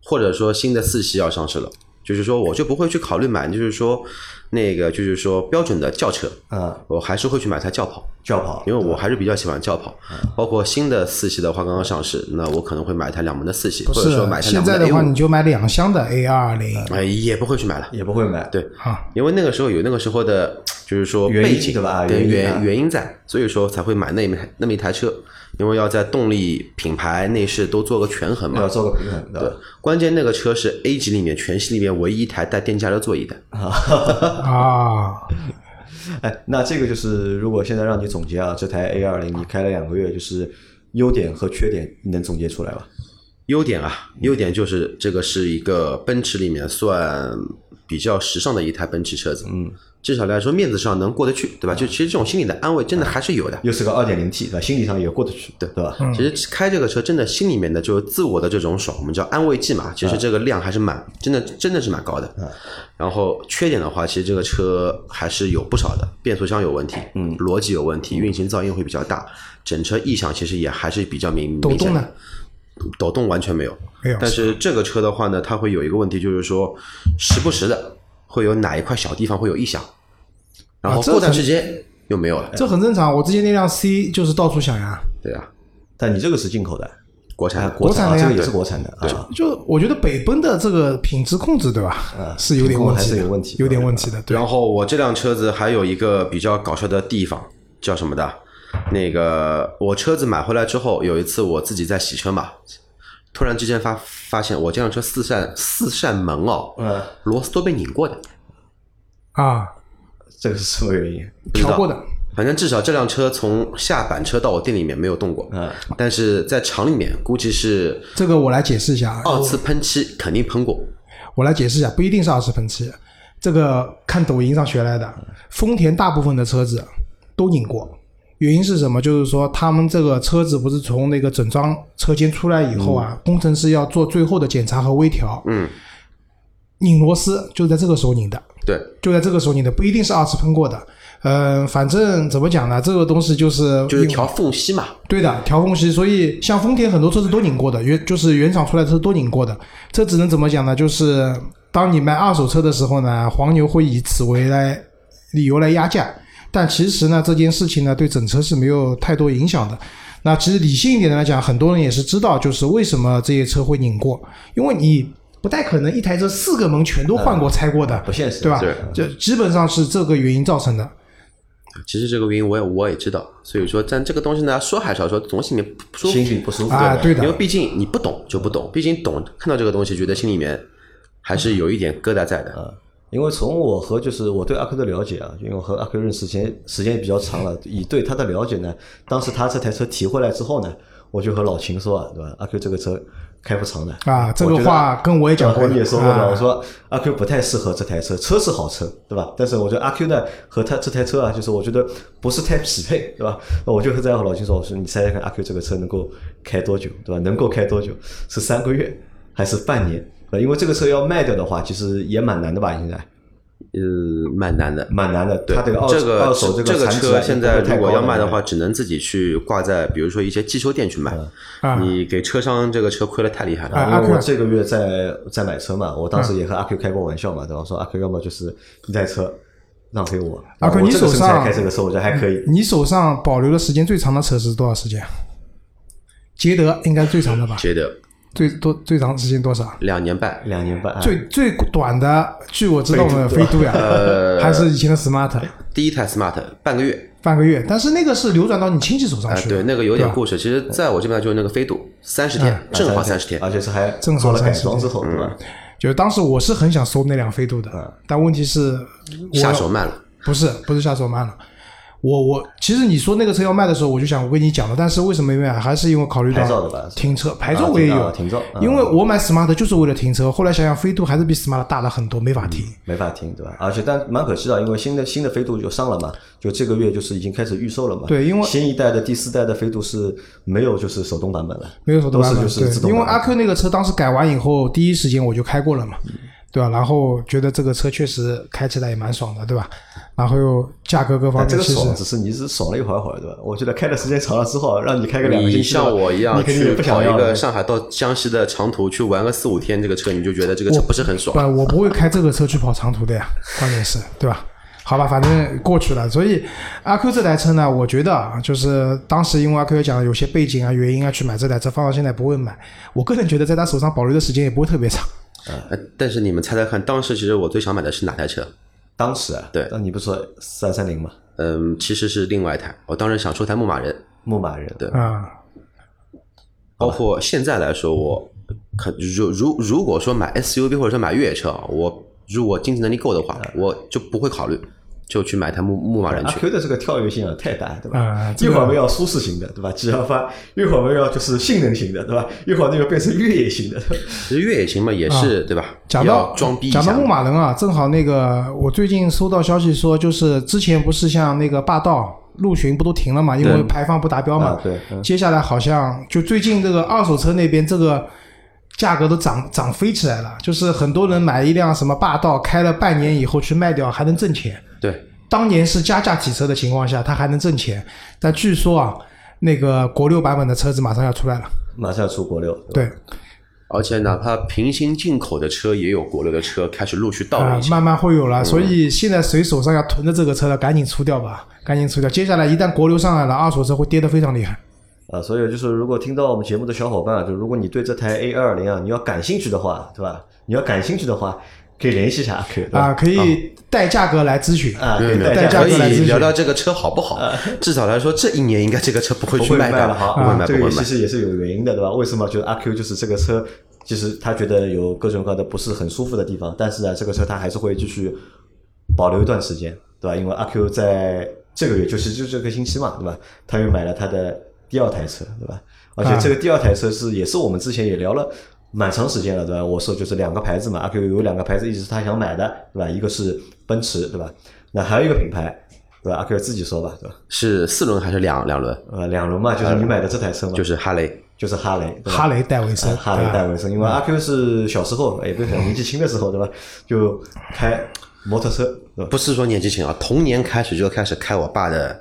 或者说新的四系要上市了，就是说我就不会去考虑买，就是说那个就是说标准的轿车，
啊，
我还是会去买台轿跑，
轿跑，
因为我还是比较喜欢轿跑，包括新的四系的话刚刚上市，那我可能会买一台两门的四系，
不
或者说买一台
现
两哎
在
门
的
A
话你
五，
就买两厢的 A 二零
哎，也不会去买了。
也不会买。
对
啊，
因为那个时候有那个时候的，就是说
原因
背景
对吧
对
原因
原
啊
原因在，所以说才会买那么一台那么一台车，因为要在动力、品牌、内饰都做个权衡
要
嘛。
做个平衡，对吧？
关键那个车是 A 级里面全系里面唯一一台带电加热座椅的，
啊，
哎，那这个就是如果现在让你总结啊，这台 A 二零你开了两个月，就是优点和缺点，你能总结出来吧？
优点啊，优点就是这个是一个奔驰里面算比较时尚的一台奔驰车子，嗯，至少来说面子上能过得去，对吧？就其实这种心理的安慰真的还是有的。
又是个二点零 T，对吧？心理上也过得去，对嗯对吧？
其实开这个车真的心里面的就是自我的这种爽，我们叫安慰剂嘛。其实这个量还是蛮，真的真的是蛮高的。然后缺点的话，其实这个车还是有不少的，变速箱有问题，嗯，逻辑有问题，运行噪音会比较大，整车异响其实也还是比较明
抖
明
动
显
呢
的。抖动完全没有，
没有
但是这个车的话呢，它会有一个问题，就是说时不时的会有哪一块小地方会有异响，然后
啊这
过段
很
时间又没有了。
这很正常。我之前那辆 C 就是到处响呀，
对啊，
但你这个是进口的，
国产
啊，
的
国产
哎国产
啊，
的呀
这个也是国产的啊。
就我觉得北奔的这个品质控制，对吧？
嗯
是有点
品控
问
还
题的，
是有问题的
有点问题的。对，
然后我这辆车子还有一个比较搞笑的地方，叫什么的？那个我车子买回来之后，有一次我自己在洗车嘛，突然之间发发现我这辆车四扇四扇门哦，
嗯，
螺丝都被拧过的，
啊，
这个是什么原因？
不知道
调过的，
反正至少这辆车从下板车到我店里面没有动过，
嗯，
但是在厂里面估计是
这个我来解释一下啊，
哦
二次喷漆肯定喷过，
我来解释一下，不一定是二次喷漆，这个看抖音上学来的。丰田大部分的车子都拧过，原因是什么？就是说他们这个车子不是从那个整装车间出来以后啊，工程师要做最后的检查和微调，
嗯，
拧螺丝就在这个时候拧的，
对，
就在这个时候拧的，不一定是二次喷过的。嗯、反正怎么讲呢？这个东西就是
就是调缝隙嘛，
对的，调缝隙。所以像丰田很多车子都拧过的，原就是原厂出来的车都拧过的。这只能怎么讲呢？就是当你卖二手车的时候呢，黄牛会以此为来理由来压价。但其实呢，这件事情呢，对整车是没有太多影响的。那其实理性一点的来讲，很多人也是知道，就是为什么这些车会拧过，因为你不太可能一台车四个门全都换过、拆过的
不，现实，
对吧？
对
这基本上是这个原因造成的。
其实这个原因我也我也知道，所以说，但这个东西呢，说还是要说，总心里面不舒服
心里不舒服
啊对的
因为毕竟你不懂就不懂，毕竟懂看到这个东西，觉得心里面还是有一点疙瘩在的。
因为从我和就是我对阿 Q 的了解啊，因为我和阿 Q 认识时间时间也比较长了，以对他的了解呢，当时他这台车提回来之后呢，我就和老秦说啊，对吧？阿 Q 这个车开不长的
啊这个
我觉得
话跟我也讲过 的
我跟你也说过的，
啊
我说阿 Q 不太适合这台车，车是好车，对吧？但是我觉得阿 Q 呢和他这台车啊，就是我觉得不是太匹配，对吧？那我就在和老秦说，我说你猜猜看，阿 Q 这个车能够开多久，对吧？能够开多久？是三个月还是半年？呃因为这个车要卖掉的话，其实也蛮难的吧？现在。
嗯，蛮难的。
蛮难的。
对
它，这个二
这
二手
这
个
个
产值
车
啊
现
也不会
在
太
如果
高
要卖的话，
对
只能自己去挂在，比如说一些汽修店去卖。
啊
嗯
你给车商这个车亏了太厉害
啊嗯
了。
吧因为
阿
我
Q
这个月在在买车嘛，我当时也和阿 Q 开过玩笑嘛，对吧？说阿 Q 要么就是一台车让给我，啊
阿 Q，
我
你
这个
手
身材
上嗯
开这个车，我觉得还可以。
你手上保留的时间最长的车是多少时间？捷德应该最长的吧？
觉得
最多最长时间多少？
两年半，
两年半，啊
哎
最最短的，据我知道的，飞度呀，
呃
还是以前的 smart，
第一台 smart 半个月，
半个月，但是那个是流转到你亲戚手上
啊，
去的，
对，那个有点
对吧
故事。其实在我这边就是那个飞度，三十天，
啊
正好三十天。
而且是还
正
做
好
了改
30
装之
天嗯
后，对吧？
就是当时我是很想收那辆飞度的，但问题是我
嗯
啊
下手慢了。
不是不是下手慢了。我我其实你说那个车要卖的时候，我就想我跟你讲了，但是为什么没卖？还是因为考虑
牌照的
到
吧
停车，牌照我也有
啊停照啊
因为我买 smart 就是为了停车。后来想想，飞度还是比 smart 大了很多，没法停。
没法停，对吧？而且但蛮可惜的，因为新的新的飞度就上了嘛，就这个月就是已经开始预售了嘛。
对因为
新一代的第四代的飞度是没有就是手动版本了，
没有手动版本，
都是就是自
对，
动
因
版
为
本。
阿 Q 那个车当时改完以后，第一时间我就开过了嘛，
嗯
对吧？然后觉得这个车确实开起来也蛮爽的，对吧？然后又价格各
但
方
哎这
面
个
其实
爽只是你是爽了一会儿会儿，对吧？我觉得开的时间长了之后，让你开个两个星
你
期的话，
像我一样
你肯定也
去
不
跑
想
一
要
个
了
上海到江西的长途去玩个四五天，这个车你就觉得这个车不是很爽
不，。我不会开这个车去跑长途的呀， 关键是，对吧？好吧，反正过去了。所以阿 Q 这台车呢，我觉得啊，就是当时因为阿 Q 也讲了有些背景啊、原因啊，去买这台车，放到现在不会买。我个人觉得，在他手上保留的时间也不会特别长。
呃但是你们猜猜看，当时其实我最想买的是哪台车？
当时啊，
对
那你不是说三三零嘛，
嗯，其实是另外一台。我当时想说台牧马人，
牧马人，
对
啊、
包括现在来说，我可如如如果说买 SUV 或者说买越野车，啊，我如果经济能力够的话，
嗯
我就不会考虑就去买台牧牧马人
阿
去。
Q 的这个跳跃性啊太大，对吧？
啊这
一
个
会儿我们要舒适型的，对吧？G L 八，一会儿我们要就是性能型的，对吧？一会儿那个变成越野型的，对吧
其实越野
啊
型嘛，也是对吧？
讲
要
到
装逼一
讲到
下
牧。马人啊，正好那个我最近收到消息说，就是之前不是像那个霸道陆巡不都停了嘛，因为
对
排放不达标嘛。
啊，对，嗯
接下来好像就最近这个二手车那边这个价格都涨涨飞起来了，就是很多人买一辆什么霸道开了半年以后去卖掉还能挣钱，
对，
当年是加价提车的情况下，它还能挣钱，但据说啊，那个国六版本的车子马上要出来了，
马上要出国六，吧
对，
而且哪怕平行进口的车，也有国六的车开始陆续到
啊、
了一些。
慢慢会有
嗯
了，所以现在谁手上要囤着这个车的，赶紧出掉吧，赶紧出掉，接下来一旦国六上来了，二手车会跌得非常厉害。
啊，所以就是如果听到我们节目的小伙伴啊，就如果你对这台 A 二零啊，你要感兴趣的话，对吧？你要感兴趣的话，可以联系一下阿 Q 对吧
啊，可以带价格来咨询。
啊，
没有没有
带价
可
格来咨
以
询
聊聊这个车好不好？至少来说，这一年应该这个车不会
呃不
去
会
卖
卖
掉
了哈
不会卖，
这个
不会
其
卖。
实也是有原因的，对吧？为什么就是阿 Q 就是这个车，其实他觉得有各种各样的不是很舒服的地方，但是呢，啊这个车他还是会继续保留一段时间，对吧？因为阿 Q 在这个月就是就这个星期嘛，对吧？他又买了他的第二台车，对吧？而且这个第二台车是也是我们之前也聊了。蛮长时间了，对吧？我说就是两个牌子嘛，阿 Q 有两个牌子一直是他想买的，对吧？一个是奔驰，对吧？那还有一个品牌，对吧？阿 Q 自己说吧，对吧？
是四轮还是两两轮？
呃，两轮嘛，就是你买的这台车嘛，
就是哈雷。
就是哈雷，对吧
哈雷戴维森，
啊哈雷戴
啊
维森，因为阿 Q 是小时候，哎也不是小年纪轻的时候，对吧？就开摩托车，对吧？
不是说年纪轻啊，童年开始就开始开我爸的。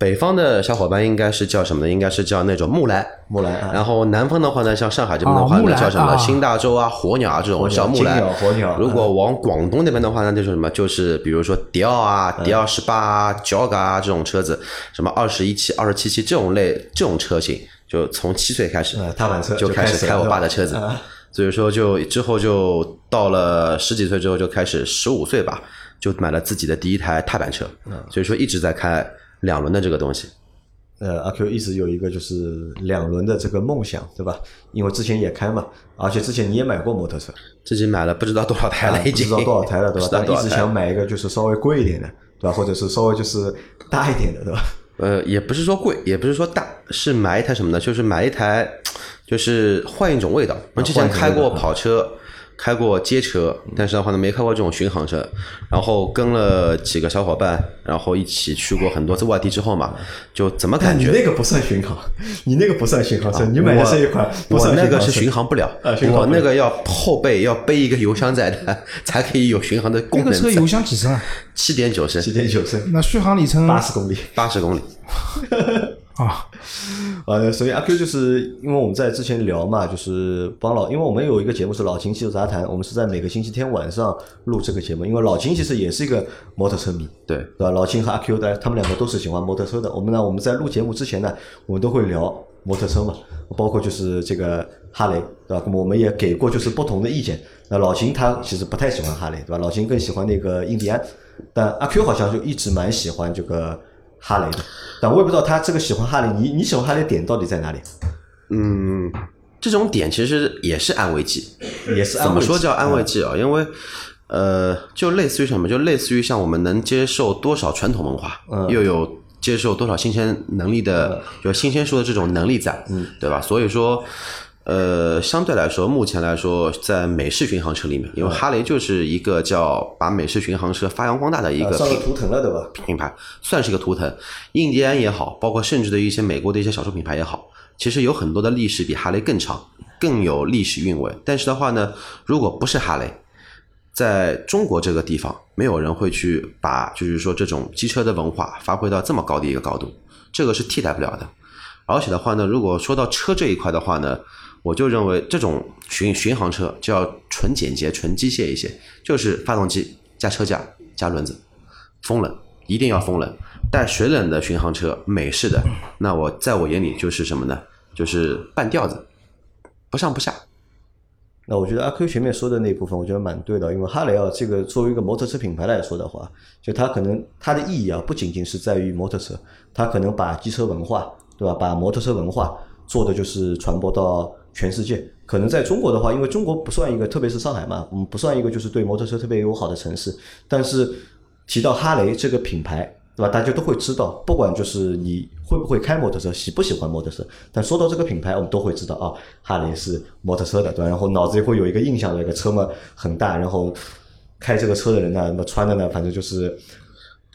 北方的小伙伴应该是叫什么呢？应该是叫那种木兰。
木兰啊，
然后南方的话呢，像上海这边的
啊
话
木
呢，
兰
叫什么
啊
新大洲啊、火鸟啊这种
火鸟
叫木兰
金鸟。火鸟啊
如果往广东那边的话呢，就是什么，就是比如说迪奥啊、
嗯
迪奥十八啊、Jog 啊这种车子，什么二十一期、二十七期这种类这种车型，就从七岁开始
呃，踏板车
就
就
开
开始
始开我
了啊
爸的车子。所以说就之后就到了十几岁之后就开始十五岁吧，就买了自己的第一台踏板车，
嗯
所以说一直在开两轮的这个东西。
呃，阿 Q 一直有一个就是两轮的这个梦想，对吧？因为之前也开嘛，而且之前你也买过摩托车，
自己买了不知道多少台了，
啊不
已经
知道多少 台了，对吧？
不知道
但
多
一
少
直
台
想买一个就是稍微贵一点的，对吧？或者是稍微就是大一点的，对吧？
呃，也不是说贵，也不是说大，是买一台什么呢？就是买一台，就是换一种味道。我之前开过跑车，开过街车，但是的话呢，没开过这种巡航车。然后跟了几个小伙伴，然后一起去过很多次外地之后嘛，就怎么
但
感
你
觉？啊
那个不算巡航，你那个不算巡航车，你买的是一款不
我
算
那个是
车
巡航不了，
呃巡航
我
不了
那个要后背要背一个油箱在的， 才可以有巡航的功
那
能
个
在。
车油箱几升啊？
七点九升
七，点九
嗯
升，
那续航里程
八十公里。
八十公里。
啊，
呃，所以阿 Q 就是因为我们在之前聊嘛，就是帮老，因为我们有一个节目是老秦汽车杂谈，我们是在每个星期天晚上录这个节目。因为老秦其实也是一个摩托车迷，
对，
对吧？老秦和阿 Q 的，他们两个都是喜欢摩托车的。我们呢，我们在录节目之前呢，我们都会聊摩托车嘛，包括就是这个哈雷，对吧？那么我们也给过就是不同的意见。那老秦他其实不太喜欢哈雷，对吧？老秦更喜欢那个印第安，但阿 Q 好像就一直蛮喜欢这个哈雷的。但我也不知道他这个喜欢哈雷，你你喜欢哈雷点到底在哪里？
嗯，这种点其实也是安慰剂。
也是安
怎
慰
么
剂嗯
说叫安慰剂啊？因为呃，就类似于什么，就类似于像我们能接受多少传统文化，
嗯
又有接受多少新鲜能力的，有新鲜说的这种能力在，
嗯
对吧？所以说。呃，相对来说，目前来说，在美式巡航车里面，因为哈雷就是一个叫把美式巡航车发扬光大的一
呃
个
上
品
了图腾了，对吧？
品牌，算是一个图腾。印第安也好，包括甚至的一些美国的一些少数品牌也好，其实有很多的历史比哈雷更长，更有历史韵味。但是的话呢，如果不是哈雷，在中国这个地方，没有人会去把就是说这种机车的文化发挥到这么高的一个高度，这个是替代不了的。而且的话呢，如果说到车这一块的话呢，我就认为这种巡巡航车就要纯简洁、纯机械一些，就是发动机加车架加轮子，风冷一定要风冷。带水冷的巡航车，美式的，那我在我眼里就是什么呢？就是半吊子，不上不下。
那我觉得阿 Q 前面说的那一部分，我觉得蛮对的，因为哈雷啊，这个作为一个摩托车品牌来说的话，就它可能它的意义啊，不仅仅是在于摩托车，它可能把机车文化，对吧？把摩托车文化做的就是传播到全世界。可能在中国的话，因为中国不算一个，特别是上海嘛，嗯，不算一个就是对摩托车特别友好的城市，但是提到哈雷这个品牌，对吧？大家都会知道，不管就是你会不会开摩托车，喜不喜欢摩托车，但说到这个品牌，我们都会知道啊，哈雷是摩托车的，对吧？然后脑子里会有一个印象，这个车嘛很大，然后开这个车的人呢，那么穿的呢，反正就是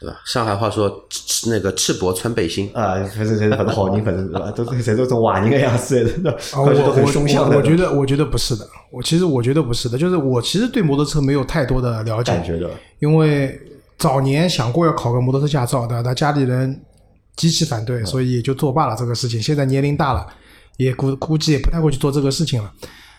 对吧？上海话说赤那个赤膊穿背心，
啊，反正反正好人，反正对吧？都是侪都种瓦人的样子，对吧
啊，我
感觉都
我
很凶相
我
的
我觉得我觉得不是的，我其实我觉得不是的，就是我其实对摩托车没有太多的了解，
感觉的，
因为早年想过要考个摩托车驾照的，但家里人极其反对，所以也就作罢了这个事情。现在年龄大了，也估估计也不太会去做这个事情了。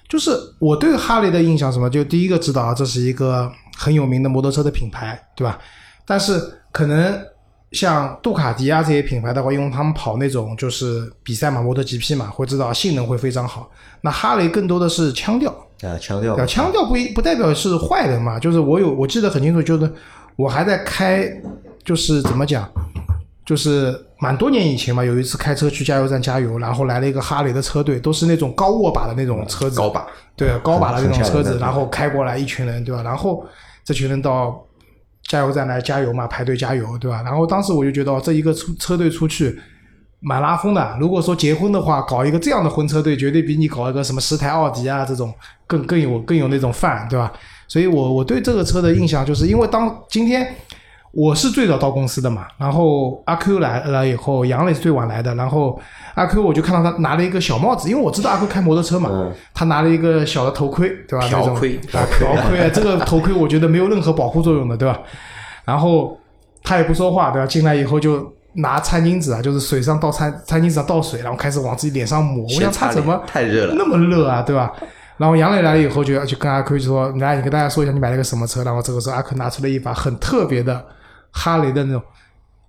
就是我对哈雷的印象是什么，就第一个知道啊，这是一个很有名的摩托车的品牌，对吧？但是可能像杜卡迪啊这些品牌的话，因为他们跑那种就是比赛嘛，摩托 GP 嘛，会知道性能会非常好。那哈雷更多的是腔调，
啊，腔调
对吧腔调不一不代表是坏的嘛，就是我有我记得很清楚，就是我还在开，就是怎么讲，就是蛮多年以前嘛，有一次开车去加油站加油，然后来了一个哈雷的车队，都是那种高握把的那种车子，
高把，
对高把的那种车
很吓人
子，
的
然后开过来一群人，对吧？然后这群人到加油站来加油嘛，排队加油，对吧？然后当时我就觉得哦这一个出车队出去。蛮拉风的。如果说结婚的话，搞一个这样的婚车队，绝对比你搞一个什么十台奥迪啊这种更更有更有那种范，对吧？所以我我对这个车的印象就是因为当今天我是最早到公司的嘛，然后阿 Q 来了以后，杨磊是最晚来的，然后阿 Q 我就看到他拿了一个小帽子，因为我知道阿 Q 开摩托车嘛，他拿了一个小的头盔，对吧？
嗯瓢
那种
盔
啊瓢盔 啊，这个头盔我觉得没有任何保护作用的，对吧？然后他也不说话，对吧？进来以后就拿餐巾纸啊，就是水上倒餐餐巾纸上倒水，然后开始往自己脸上抹。我想
先擦
他怎么
脸太热了？
那么热啊，对吧？然后杨磊来了以后就，就跟阿 Q 就说：“来，你跟大家说一下你买了个什么车。”然后这个时候阿 Q 拿出了一把很特别的哈雷的那种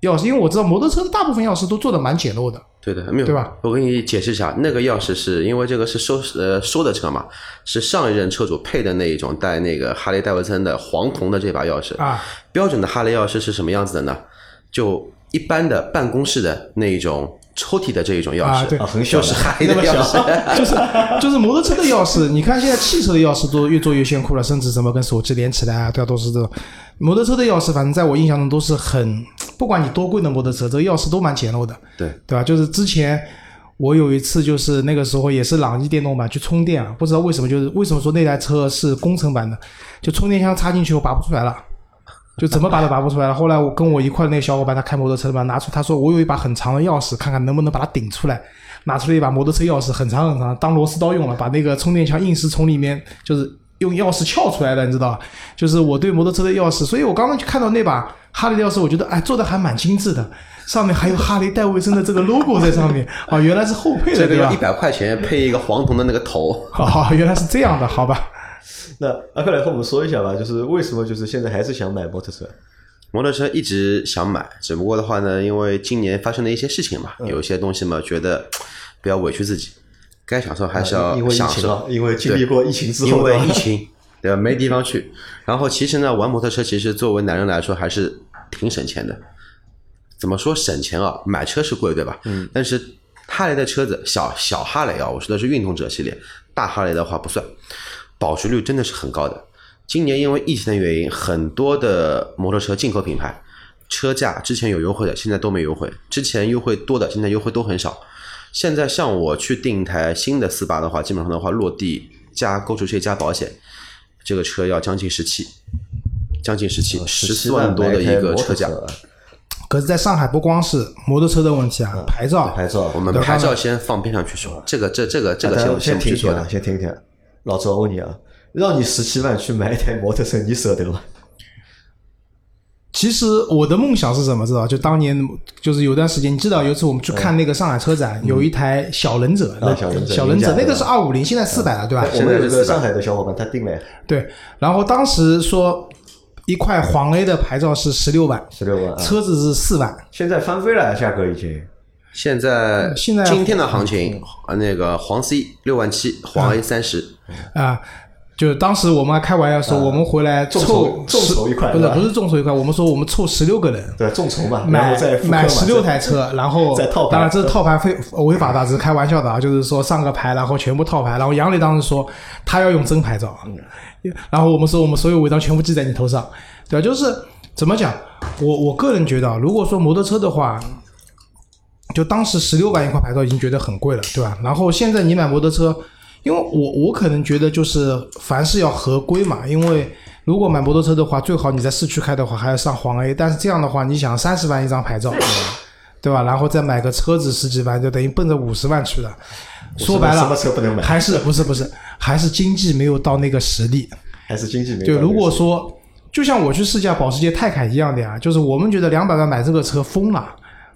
钥匙，因为我知道摩托车的大部分钥匙都做的蛮简陋的，
对的，没有
对吧？
我给你解释一下，那个钥匙是因为这个是收呃收的车嘛，是上一任车主配的那一种带那个哈雷戴维森的黄铜的这把钥匙
啊。
标准的哈雷钥匙是什么样子的呢？就一般的办公室的那一种抽屉的这一种钥匙，
啊对
啊，很小
就
的
是哈雷的钥匙。
就是就是摩托车的钥匙，你看现在汽车的钥匙都越做越炫酷了，甚至什么跟手机连起来啊，对啊，都是这种。摩托车的钥匙，反正在我印象中都是很，不管你多贵的摩托车，这个钥匙都蛮简陋的，
对
对吧？就是之前我有一次，就是那个时候也是朗逸电动版去充电啊，不知道为什么，就是为什么说那台车是工程版的，就充电箱插进去我拔不出来了。就怎么拔都拔不出来了。后来我跟我一块的那个小伙伴，他开摩托车的嘛，拿出他说我有一把很长的钥匙，看看能不能把它顶出来。拿出了一把摩托车钥匙，很长很长，当螺丝刀用了，把那个充电枪硬是从里面就是用钥匙撬出来的，你知道吧？就是我对摩托车的钥匙，所以我刚刚就看到那把哈雷的钥匙，我觉得哎做的还蛮精致的，上面还有哈雷戴维森的这个 logo 在上面啊，原来是后配的
这个
对
要
吧
一？百块钱配一个黄铜的那个头，
啊，原来是这样的，好吧？
那阿克来和我们说一下吧，就是为什么就是现在还是想买摩托车？
摩托车一直想买，只不过的话呢，因为今年发生了一些事情
嗯
嘛，有一些东西嘛，觉得哎不要委屈自己，该享受还是要
因为疫
享
情
受
啊，，因为经历过疫情之
因
后
为
的
疫情， 对吧？没地方去。然后其实呢，玩摩托车其实作为男人来说还是挺省钱的。怎么说省钱啊？买车是贵，对吧？嗯。但是哈雷的车子，小小哈雷啊，我说的是运动者系列，大哈雷的话不算，保值率真的是很高的。今年因为疫情的原因，很多的摩托车进口品牌车价之前有优惠的，现在都没优惠；之前优惠多的，现在优惠都很少。现在像我去订一台新的四八的话，基本上的话落地加购置税加保险，这个车要将近十七，将近十
哦
七，十四万多的一个 车价。
啊
可是在上海不光是摩托车的问题啊，牌照
牌照
我。们牌照先放边上去说，这个这这个这个
大家
先
先
不去
停一
说
停
的
啊，。先停一停啊。老周，我问你啊，让你十七万去买一台摩托车，你舍得吗？
其实我的梦想是什么？知道？就当年就是有段时间，你知道有一次我们去看那个上海车展，有一台小忍者，
嗯啊小忍者
小忍者
明甲
那个
对
是二五零，现在四百了，对吧？
我
在
们
是
有一个
400
上海的小伙伴，他订了
对。然后当时说一块黄 A 的牌照是十六万，
十六万啊，
车子是四万，
现在翻倍了，价格已经。
现在
现在
今天的行情，呃那个黄 C 六万七，黄 A 三十，
啊、就当时我们还开玩笑说，我们回来
众
凑
筹啊众
十
筹一块
不是
对吧
不是众筹一块，我们说我们凑十六个人，
对，众筹嘛，然
买
后再复刻嘛
买十六台，车，然后
再套牌嗯
当然这是套牌非违法的，只是开玩笑的啊，就是说上个牌，然后全部套牌。然后杨磊当时说他要用真牌照，啊
嗯
然后我们说我们所有违章全部记在你头上，对吧？啊就是怎么讲，我我个人觉得啊，如果说摩托车的话，就当时十六万一块牌照已经觉得很贵了，对吧？然后现在你买摩托车，因为我我可能觉得就是凡事要合规嘛，因为如果买摩托车的话，最好你在市区开的话还要上黄 A，但是这样的话，你想三十万一张牌照，对吧？然后再买个车子十几万，就等于奔着五十万去的。说白
什么
了，
车不能买？
还是不是不是，还是经济没有到那个实力。
还是经济没到那
对，
个
如果说就像我去试驾保时捷泰凯一样的呀，就是我们觉得两百万买这个车疯了，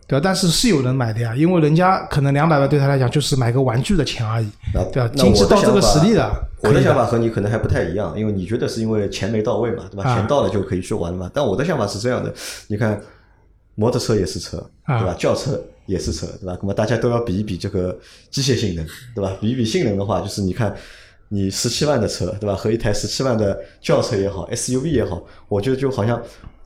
对吧？但是是有人买的呀，因为人家可能两百万对他来讲就是买个玩具的钱而已，
那
对吧？
那我
经济
的
到这个
想法
实力了，
我
可
的
以
想法和你可能还不太一样，因为你觉得是因为钱没到位嘛，对吧？
啊
钱到了就可以去玩了嘛。但我的想法是这样的，你看，摩托车也是车，
啊
对吧？轿车也是车，对吧？那么大家都要比一比这个机械性能，对吧？比一比性能的话，就是你看你十七万的车，对吧？和一台十七万的轿车也好，SUV 也好，我觉得就好像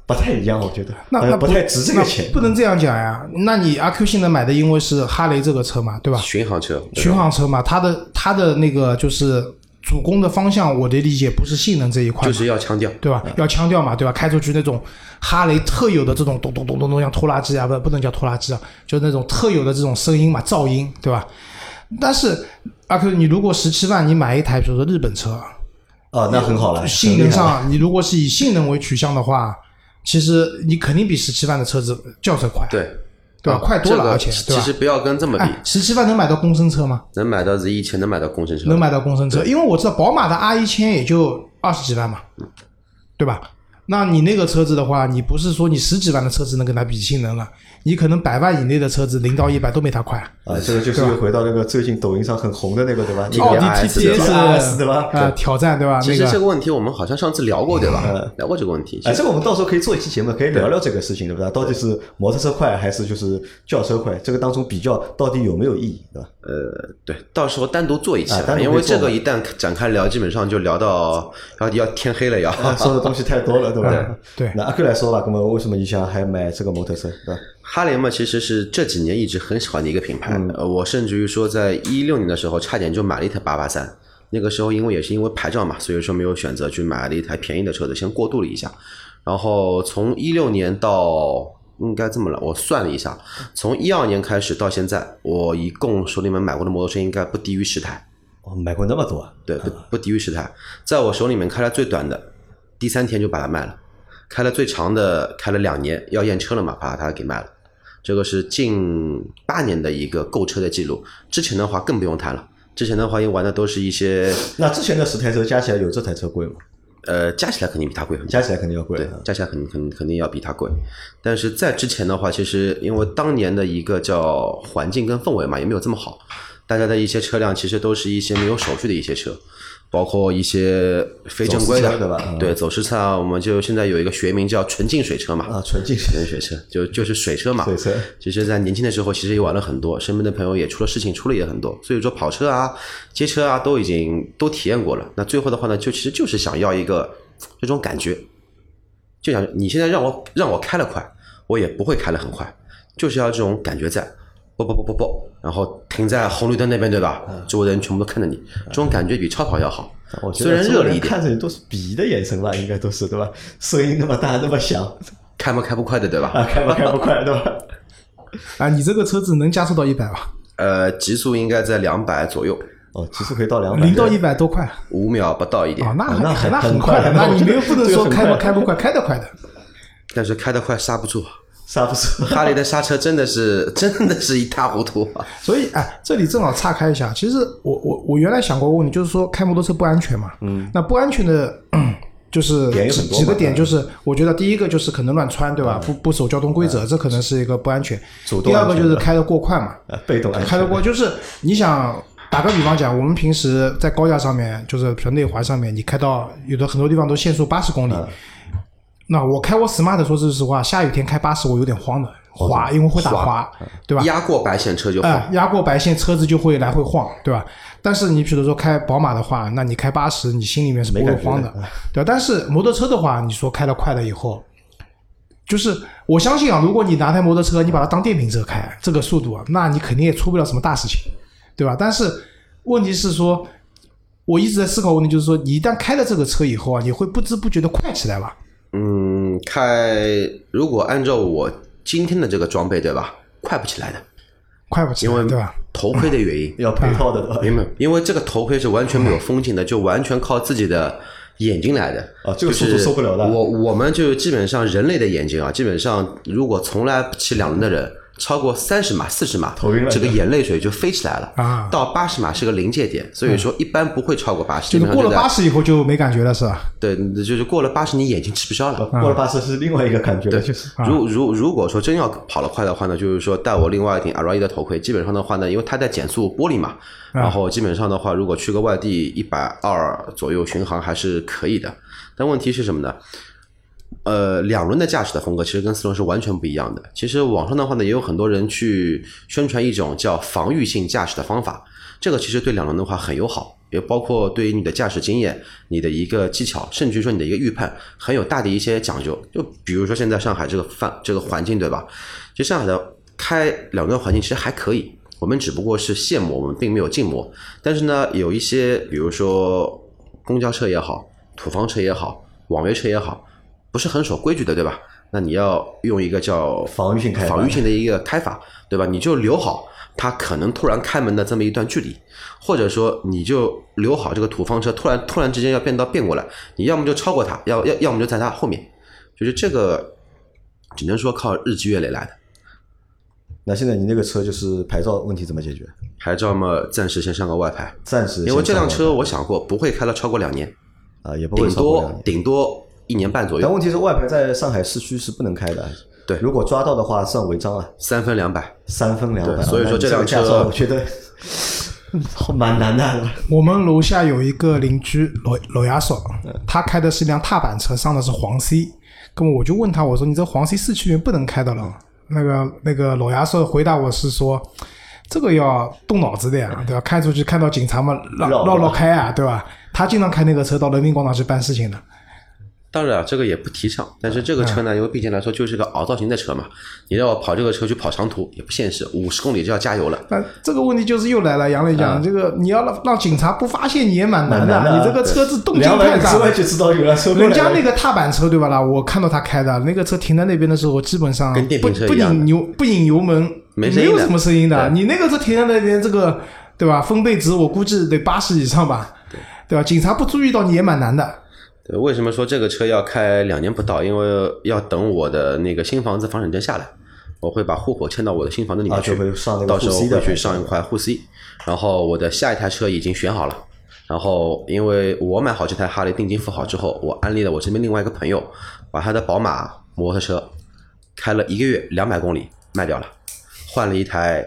不太一样，我觉得
那
好
那
像不太值这个钱
那。不能这样讲呀。那你阿 Q 性能买的，因为是哈雷这个车嘛，对
啊
吧？
巡航车，
啊
对吧
巡航车嘛，它的它的那个就是主攻的方向，我的理解不是性能这一块
就
嘛，
是要腔调。
对吧？要腔调嘛，对吧？开出去那种哈雷特有的这种咚咚咚咚咚，像拖拉机啊，不不能叫拖拉机啊，就那种特有的这种声音嘛，噪音，对吧？但是阿 Q，你如果十七万你买一台，比如说日本车，
啊，那很好
哎
了，
性
很
能
厉害了
啊
上，你如果是以性能为取向的话，其实你肯定比十七万的车子轿车快，
对，
对吧？
啊
快多
这
了，
个
而且
其
对
其
吧
实？不要跟这么比，
哎，十七万能买到公升车吗？
能买到 Z 一千，能买到工程车，
能买到公升车，因为我知道宝马的 R 一千也就二十几万嘛，对吧？那你那个车子的话，你不是说你十几万的车子能跟它比性能了，啊你可能百万以内的车子零到一百都没它快。
啊，这个就是又回到那个最近抖音上很红的那个，对吧？
奥迪
TRS 对
TCS
对吧
啊，挑战对吧？
其
那
实这
个
个问题我们好像上次聊过，对吧
嗯？
聊过这个问题。
哎，这个我们到时候可以做一期节目，可以聊聊这个事情，对吧？到底是摩托车快还是就是轿车快？这个当中比较到底有没有意义， 对吧？
呃，对，到时候单独做一期
哎
啊
吧
单独
因为
做
这个
吧
一旦展开聊，基本上就聊到要要天黑了要。
哎
说的东西太多了，对吧？
对
那阿 Q 来说吧，那么为什么你想还买这个摩托车，对吧？
哈雷嘛，其实是这几年一直很喜欢的一个品牌。呃，我甚至于说，在一六年的时候，差点就买了一台八八三。那个时候，因为也是因为牌照嘛，所以说没有选择去买了一台便宜的车子，先过渡了一下。然后从一六年到应该这么了，我算了一下，从一二年开始到现在，我一共手里面买过的摩托车应该不低于十台。
我买过那么多啊，
对，不不低于十台，在我手里面开了最短的，第三天就把它卖了，开了最长的开了两年，要验车了嘛，把它给卖了。这个是近八年的一个购车的记录，之前的话更不用谈了。之前的话，因为玩的都是一些，
那之前的十台车加起来有这台车贵吗？
呃，加起来肯定比它贵很多。
加起来肯定要贵
对
啊，。
加起来肯定肯定肯定要比它贵。但是在之前的话，其实因为当年的一个叫环境跟氛围嘛，也没有这么好，大家的一些车辆其实都是一些没有手续的一些车，包括一些非正规
走
的，
私车对吧嗯
对，走私车啊，我们就现在有一个学名叫纯净水车嘛，
啊，纯净
纯净水车就就是水车嘛，
水车
其实，在年轻的时候，其实也玩了很多，身边的朋友也出了事情，出了也很多，所以说跑车啊、街车啊，都已经都体验过了。那最后的话呢，就其实就是想要一个这种感觉，就想你现在让我让我开了快，我也不会开得很快，就是要这种感觉在，啵啵啵啵啵，然后停在红绿灯那边，对吧？周围的人全部都看着你，这种感觉比超跑要好。
我觉
虽
得
然
所
热
有
了一
人
点，
看着你都是鄙夷的眼神吧，应该都是对吧？声音那么大，那么响，
开不开不快的，对吧？
啊，开不开不快，对吧？
啊，你这个车子能加速到一百吧？
呃，极速应该在两百左右，
哦，极速可以到两百，
零到一百多快啊？
五秒不到一点。
那
那
还
很
那很
很
快
快
的，那你
我觉
没
得
有不能
这个
说
很
开不
快
开不快，开得快的。
但是开得快刹不住，啊
刹不住。
哈雷的刹车真的是 真的是一塌糊涂啊！
所以，哎，这里正好岔开一下。其实我我我原来想过问你，就是说开摩托车不安全嘛？嗯，那不安全的， 嗯就是
点有
几
很多
几个
嘛
点，
嗯
就是我觉得第一个就是可能乱穿，对吧？不不守交通规则，这可能是一个不安全。
嗯主动
第二个
安全
就是
的
开得过快嘛，
啊，被动安全
开得过就是你想打个比方讲，我们平时在高架上面，就是比如内环上面，你开到有的很多地方都限速八十公里。
嗯
那我开我 smart 说句实话，下雨天开八十我有点慌的，滑，因为会打滑，对吧？
压过白线车就
哎
晃，，
压过白线，车子就会来回晃，对吧？但是你比如说开宝马的话，那你开八十，你心里面是不会慌的，对吧？但是摩托车的话，你说开了快了以后，就是我相信啊，如果你拿台摩托车，你把它当电瓶车开，这个速度啊，那你肯定也出不了什么大事情，对吧？但是问题是说，我一直在思考问题，就是说，你一旦开了这个车以后啊，你会不知不觉的快起来吧？
嗯，开如果按照我今天的这个装备，对吧？快不起来的，
快不起来，对吧？
头盔的 原因，
要配套的，对
啊
吧？
明白？因为这个头盔是完全没有风景的，就完全靠自己的眼睛来的。
啊这个
就是
速度受不了的
我我们就基本上人类的眼睛啊，基本上如果从来不骑两轮的人，超过三十码、四十码，
头晕了
这个眼泪水就飞起来了。
啊
到八十码是个临界点，所以说
嗯
一般不会超过八十。
就是过了八
十，
十以后就没感觉了，是吧？
对，就是过了八十，你眼睛吃不消了。
呃过了八十是另外一个感觉了，就是
啊
如如如果说真要跑得快的话呢，就是说戴我另外一顶 Array 的头盔，基本上的话呢，因为它带减速玻璃嘛，
嗯啊
然后基本上的话，如果去个外地，一百二左右巡航还是可以的。但问题是什么呢？呃，两轮的驾驶的风格其实跟四轮是完全不一样的。其实网上的话呢，也有很多人去宣传一种叫防御性驾驶的方法，这个其实对两轮的话很友好。也包括对于你的驾驶经验、你的一个技巧，甚至于说你的一个预判，很有大的一些讲究。就比如说现在上海这个范这个环境，对吧？其实上海的开两段环境其实还可以，我们只不过是限摩，我们并没有禁摩。但是呢，有一些比如说公交车也好，土方车也好，网约车也好，不是很守规矩的，对吧？那你要用一个叫
防御性开法
防御性的一个开法，对吧？你就留好它可能突然开门的这么一段距离，或者说你就留好这个土方车突然突然之间要变道变过来，你要么就超过它，要要要么就在它后面，就是这个只能说靠日积月累来的。
那现在你那个车就是牌照问题怎么解决？
牌照嘛，暂时先上个外牌，
暂时
因为这辆
先
车
上
我想过不会开了超过两年，
啊、也不会
顶
超过两
多
年。
顶多一年半左
但
右，
问题是外牌在上海市区是不能开的，
对
如果抓到的话算违章啊，
三分两百。
三分两百。
对所以
那
说
你
这
这个
辆
驾
车
照我觉得 蛮难的。
我们楼下有一个邻居楼楼牙手，
嗯
他开的是一辆踏板车，上的是黄 C。那么我就问他，我说你这黄 C 四驱里面不能开的了。那个那个楼牙手回答我是说，这个要动脑子的呀，对吧？开出去看到警察嘛，绕
绕
绕绕开啊，对吧？他经常开那个车到人民广场去办事情的。
当然啊，这个也不提倡。但是
嗯
这个车呢，因为毕竟来说就是个凹造型的车嘛，你让我跑这个车去跑长途也不现实，五十公里就要加油了。
那这个问题就是又来了，杨磊讲、这个，你要让让警察不发现你也蛮难的，
嗯蛮难的啊
你这个车子动静
两百
太
米
大
之
了
外。就知道有辆车过来
人
了
家那个踏板车对吧啦？我看到他开的那个车停在那边的时候，基本上
跟电
不
瓶车
不
一样的
拧油不拧油门，没
没声音的
有什么声音的。
对
你那个车停在那边，这个对吧？分贝值我估计得八十以上吧，对吧？警察不注意到你也蛮难的。
对，为什么说这个车要开两年不到？因为要等我的那个新房子房产证下来，我会把户口迁到我的新房子里面
啊
去，
就会上那个
到时候
户 C 的
会去
牌照
上一块沪 C。然后我的下一台车已经选好了，然后因为我买好这台哈雷定金付好之后，我安利了我这边另外一个朋友，把他的宝马摩托车开了一个月两百公里卖掉了，换了一台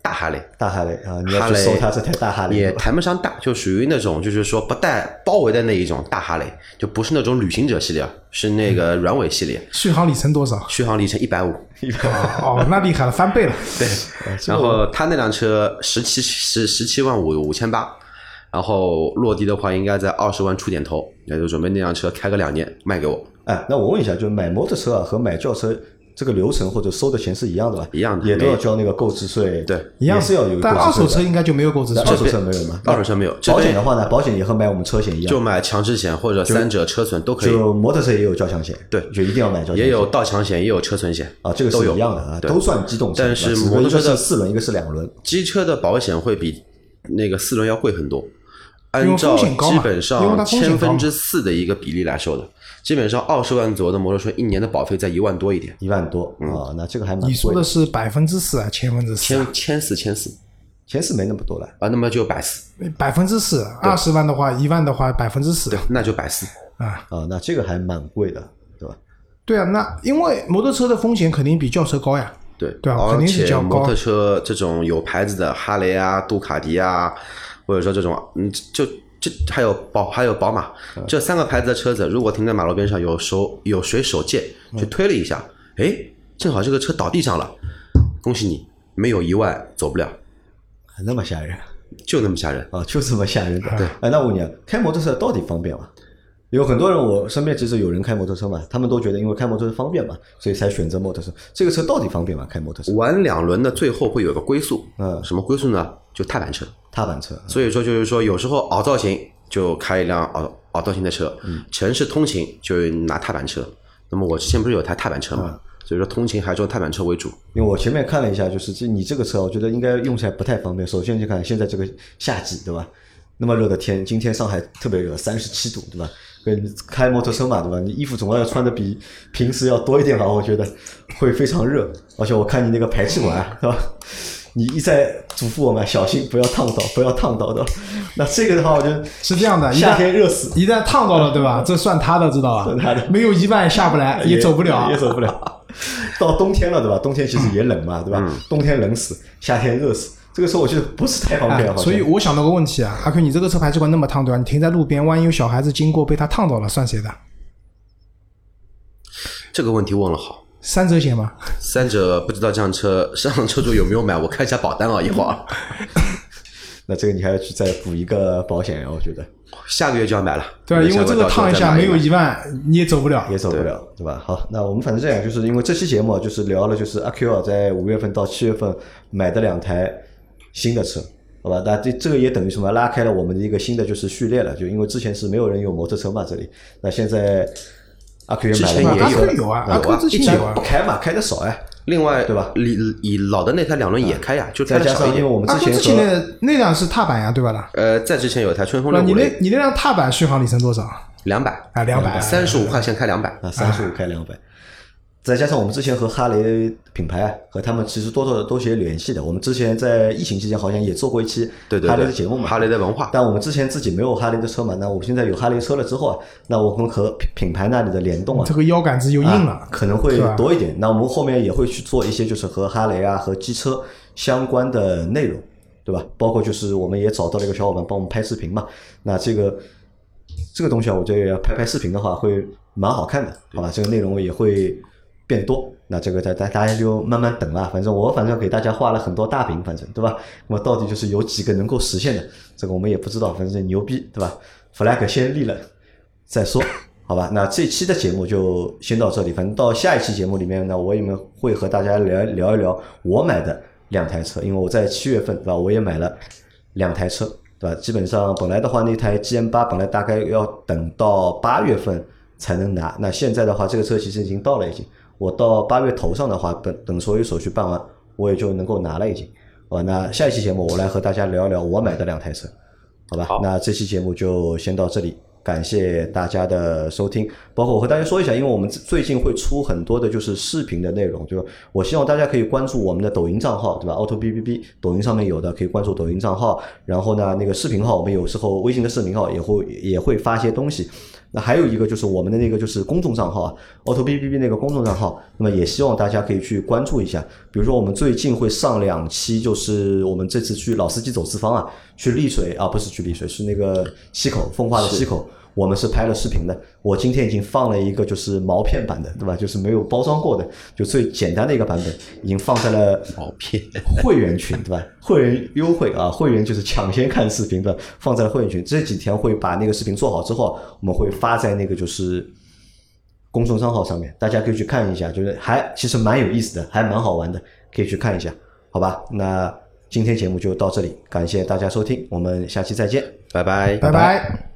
大哈雷。
大哈雷啊，你要
哈
去
雷
搜他这台大哈雷
也
对吧
谈不上大，就属于那种就是说不带包围的那一种大哈雷，就不是那种旅行者系列，是那
嗯
个软尾系列，
续航里程多少？
续航里程一百五。
哦，那厉害了，翻倍了。
对，然后他那辆车十七十十七万五五千八，然后落地的话应该在二十万出点头，也就准备那辆车开个两年卖给我。
哎，那我问一下，就买摩托车啊和买轿车这个流程或者收的钱是一样的吧？
一样的
也都要
没
交那个购置税，
对
一样
也是要有一个
但
购
二
置税
手
的
车应该就没有购置
那
税。
二手车没有吗？
二手车没有，这
保险
边
的话呢，保险也和买我们车险一
就
样，
买强制险或者三者车损都可以，
就摩托车也有交强险，
对
就一定要买交强险。
也有盗抢险，也有车损险
啊，这个
都
是
有
一样的啊，
对
都算机动车，对
但
吧
是
只不
摩
过一个
托车
是
的
四轮，一个是两轮，
机车的保险会比那个四轮要贵很多，
因
按
为
照
风险高
基
嘛
本
因为
上
它风
千
险高
分
嘛
之四的一个比例来说的，基本上二十万左右的摩托车一年的保费在一万多一点，
一万多
嗯
啊，那这个还蛮
你说
贵
的。是百分之四啊，千分之四啊，
千千四千四
前四没那么多了，
啊，那么就百四，
百分之四，二十万的话，一万的话，百分之四
对，那就百四。
啊。
啊，那这个还蛮贵的，对吧？
对啊，那因为摩托车的风险肯定比轿车高呀。
对，
对啊
而
肯定是
且
较高
摩托车这种有牌子的哈雷啊、杜卡迪啊，或者说这种，嗯，就这还有宝还有宝马
嗯
这三个牌子的车子，如果停在马路边上，有手有谁手贱
嗯
去推了一下，哎，正好这个车倒地上了，恭喜你，没有一万走不了，
那么吓人
就那么吓人。
啊，就这么吓人的。对，哎，那我问你啊，开摩托车到底方便吗？有很多人，我身边其实有人开摩托车嘛，他们都觉得因为开摩托车方便嘛，所以才选择摩托车。这个车到底方便吗？开摩托车，
玩两轮的最后会有个归宿，
嗯
什么归宿呢？就踏板车。
踏板车，
所以说就是说，有时候凹造型就开一辆凹凹造型的车，城市通勤就拿踏板车。那么我之前不是有台踏板车嘛，所以说通勤还是用踏板车为主。
因为我前面看了一下，就是这你这个车，我觉得应该用起来不太方便。首先就看现在这个夏季，对吧？那么热的天，今天上海特别热，三十七度，对吧？跟开摩托车嘛，对吧？你衣服总要穿的比平时要多一点吧，我觉得会非常热。而且我看你那个排气管啊，对吧？你一再嘱咐我们小心不要烫到，不要烫到的。那这个的话，我觉得
是这样的一旦
夏天热死，
一旦烫到了，对吧？这算他的，知道吧？
嗯算他的
没有一万下不来，也走不了 嗯
也。走不了。啊 到冬天了，对吧？冬天其实也冷嘛，对吧？冬天冷死，夏天热死，这个时候我觉得不是太方便了。
哎
好像
所以我想到个问题啊，阿 Q，你这个车排气管那么烫，对吧？你停在路边，万一有小孩子经过被他烫到了，算谁的？
这个问题问了好，
三者险吗？
三者不知道这辆车上车主有没有买，我看一下保单啊，一会儿。
那这个你还要去再补一个保险，我觉得
下个月就要买了。
对啊吧？因为这个烫一下没有一
万，
万你也走不了。
也走不了，对吧？好，那我们反正这样，就是因为这期节目啊就是聊了，就是阿 Q 啊在五月份到七月份买的两台新的车，好吧？那这这个也等于什么？拉开了我们的一个新的就是序列了，就因为之前是没有人有摩托车嘛，这里，那现在阿 Q 也买了
之前
一
也
个
阿
车，
Q 有啊，阿 Q 之前
但
有啊
不，开嘛，开的少呀、
另外
对吧
以以老的那台两轮也开呀，就开
再
的啊
加
少
上
一
因为
点。
我们
阿 Q
之
之前
前和
的那辆是踏板呀，对吧啦？
呃，在之前有一台春风
不
六
啊你
五
那
零，
你那辆踏板续航里程多少？
两百
啊200
三十五块钱开两百。
啊，三十五开两百，再加上我们之前和哈雷品牌啊，和他们其实多多都是有联系的。我们之前在疫情期间好像也做过一期
对对对，
哈雷的节目嘛，
哈雷的文化，
但我们之前自己没有哈雷的车嘛，那我现在有哈雷车了之后啊，那我们和品品牌那里的联动啊
这，个腰杆子又硬
啊
了，
可能会
是吧
多一点。那我们后面也会去做一些就是和哈雷啊和机车相关的内容，对吧？包括就是我们也找到了一个小伙伴帮我们拍视频嘛。那这个这个东西啊，我觉得拍拍视频的话会蛮好看的，好吧？这个内容也会变多。那这个大大大家就慢慢等啦，反正我反正给大家画了很多大饼，反正对吧？那么到底就是有几个能够实现的，这个我们也不知道，反正牛逼对吧？flag 先立了再说，好吧？那这期的节目就先到这里，反正到下一期节目里面呢，我也会和大家聊聊一聊我买的两台车，因为我在七月份对吧，我也买了两台车，对吧？基本上本来的话，那台 GM 八本来大概要等到八月份才能拿，那现在的话，这个车其实已经到了，已经。我到八月头上的话，等等所有手续办完，我也就能够拿了，已经。好吧，那下一期节目我来和大家聊一聊我买的两台车，好吧？
好
那这期节目就先到这里，感谢大家的收听。包括我和大家说一下，因为我们最近会出很多的就是视频的内容，就我希望大家可以关注我们的抖音账号，对吧？auto b b b，抖音上面有的可以关注抖音账号。然后呢，那个视频号，我们有时候微信的视频号也会也会发一些东西。那还有一个就是我们的那个就是公众账号啊，auto b b b 那个公众账号，那么也希望大家可以去关注一下。比如说我们最近会上两期，就是我们这次去老司机走四方啊，去丽水啊，不是去丽水，是那个溪口，奉化的溪口。我们是拍了视频的，我今天已经放了一个就是毛片版的，对吧？就是没有包装过的，就最简单的一个版本，已经放在了
毛片，
会员群对吧？会员优惠啊，会员就是抢先看视频的，放在了会员群。这几天会把那个视频做好之后，我们会发在那个就是公众账号上面，大家可以去看一下，就是还其实蛮有意思的，还蛮好玩的，可以去看一下，好吧？那今天节目就到这里，感谢大家收听，我们下期再见。
拜拜。
拜拜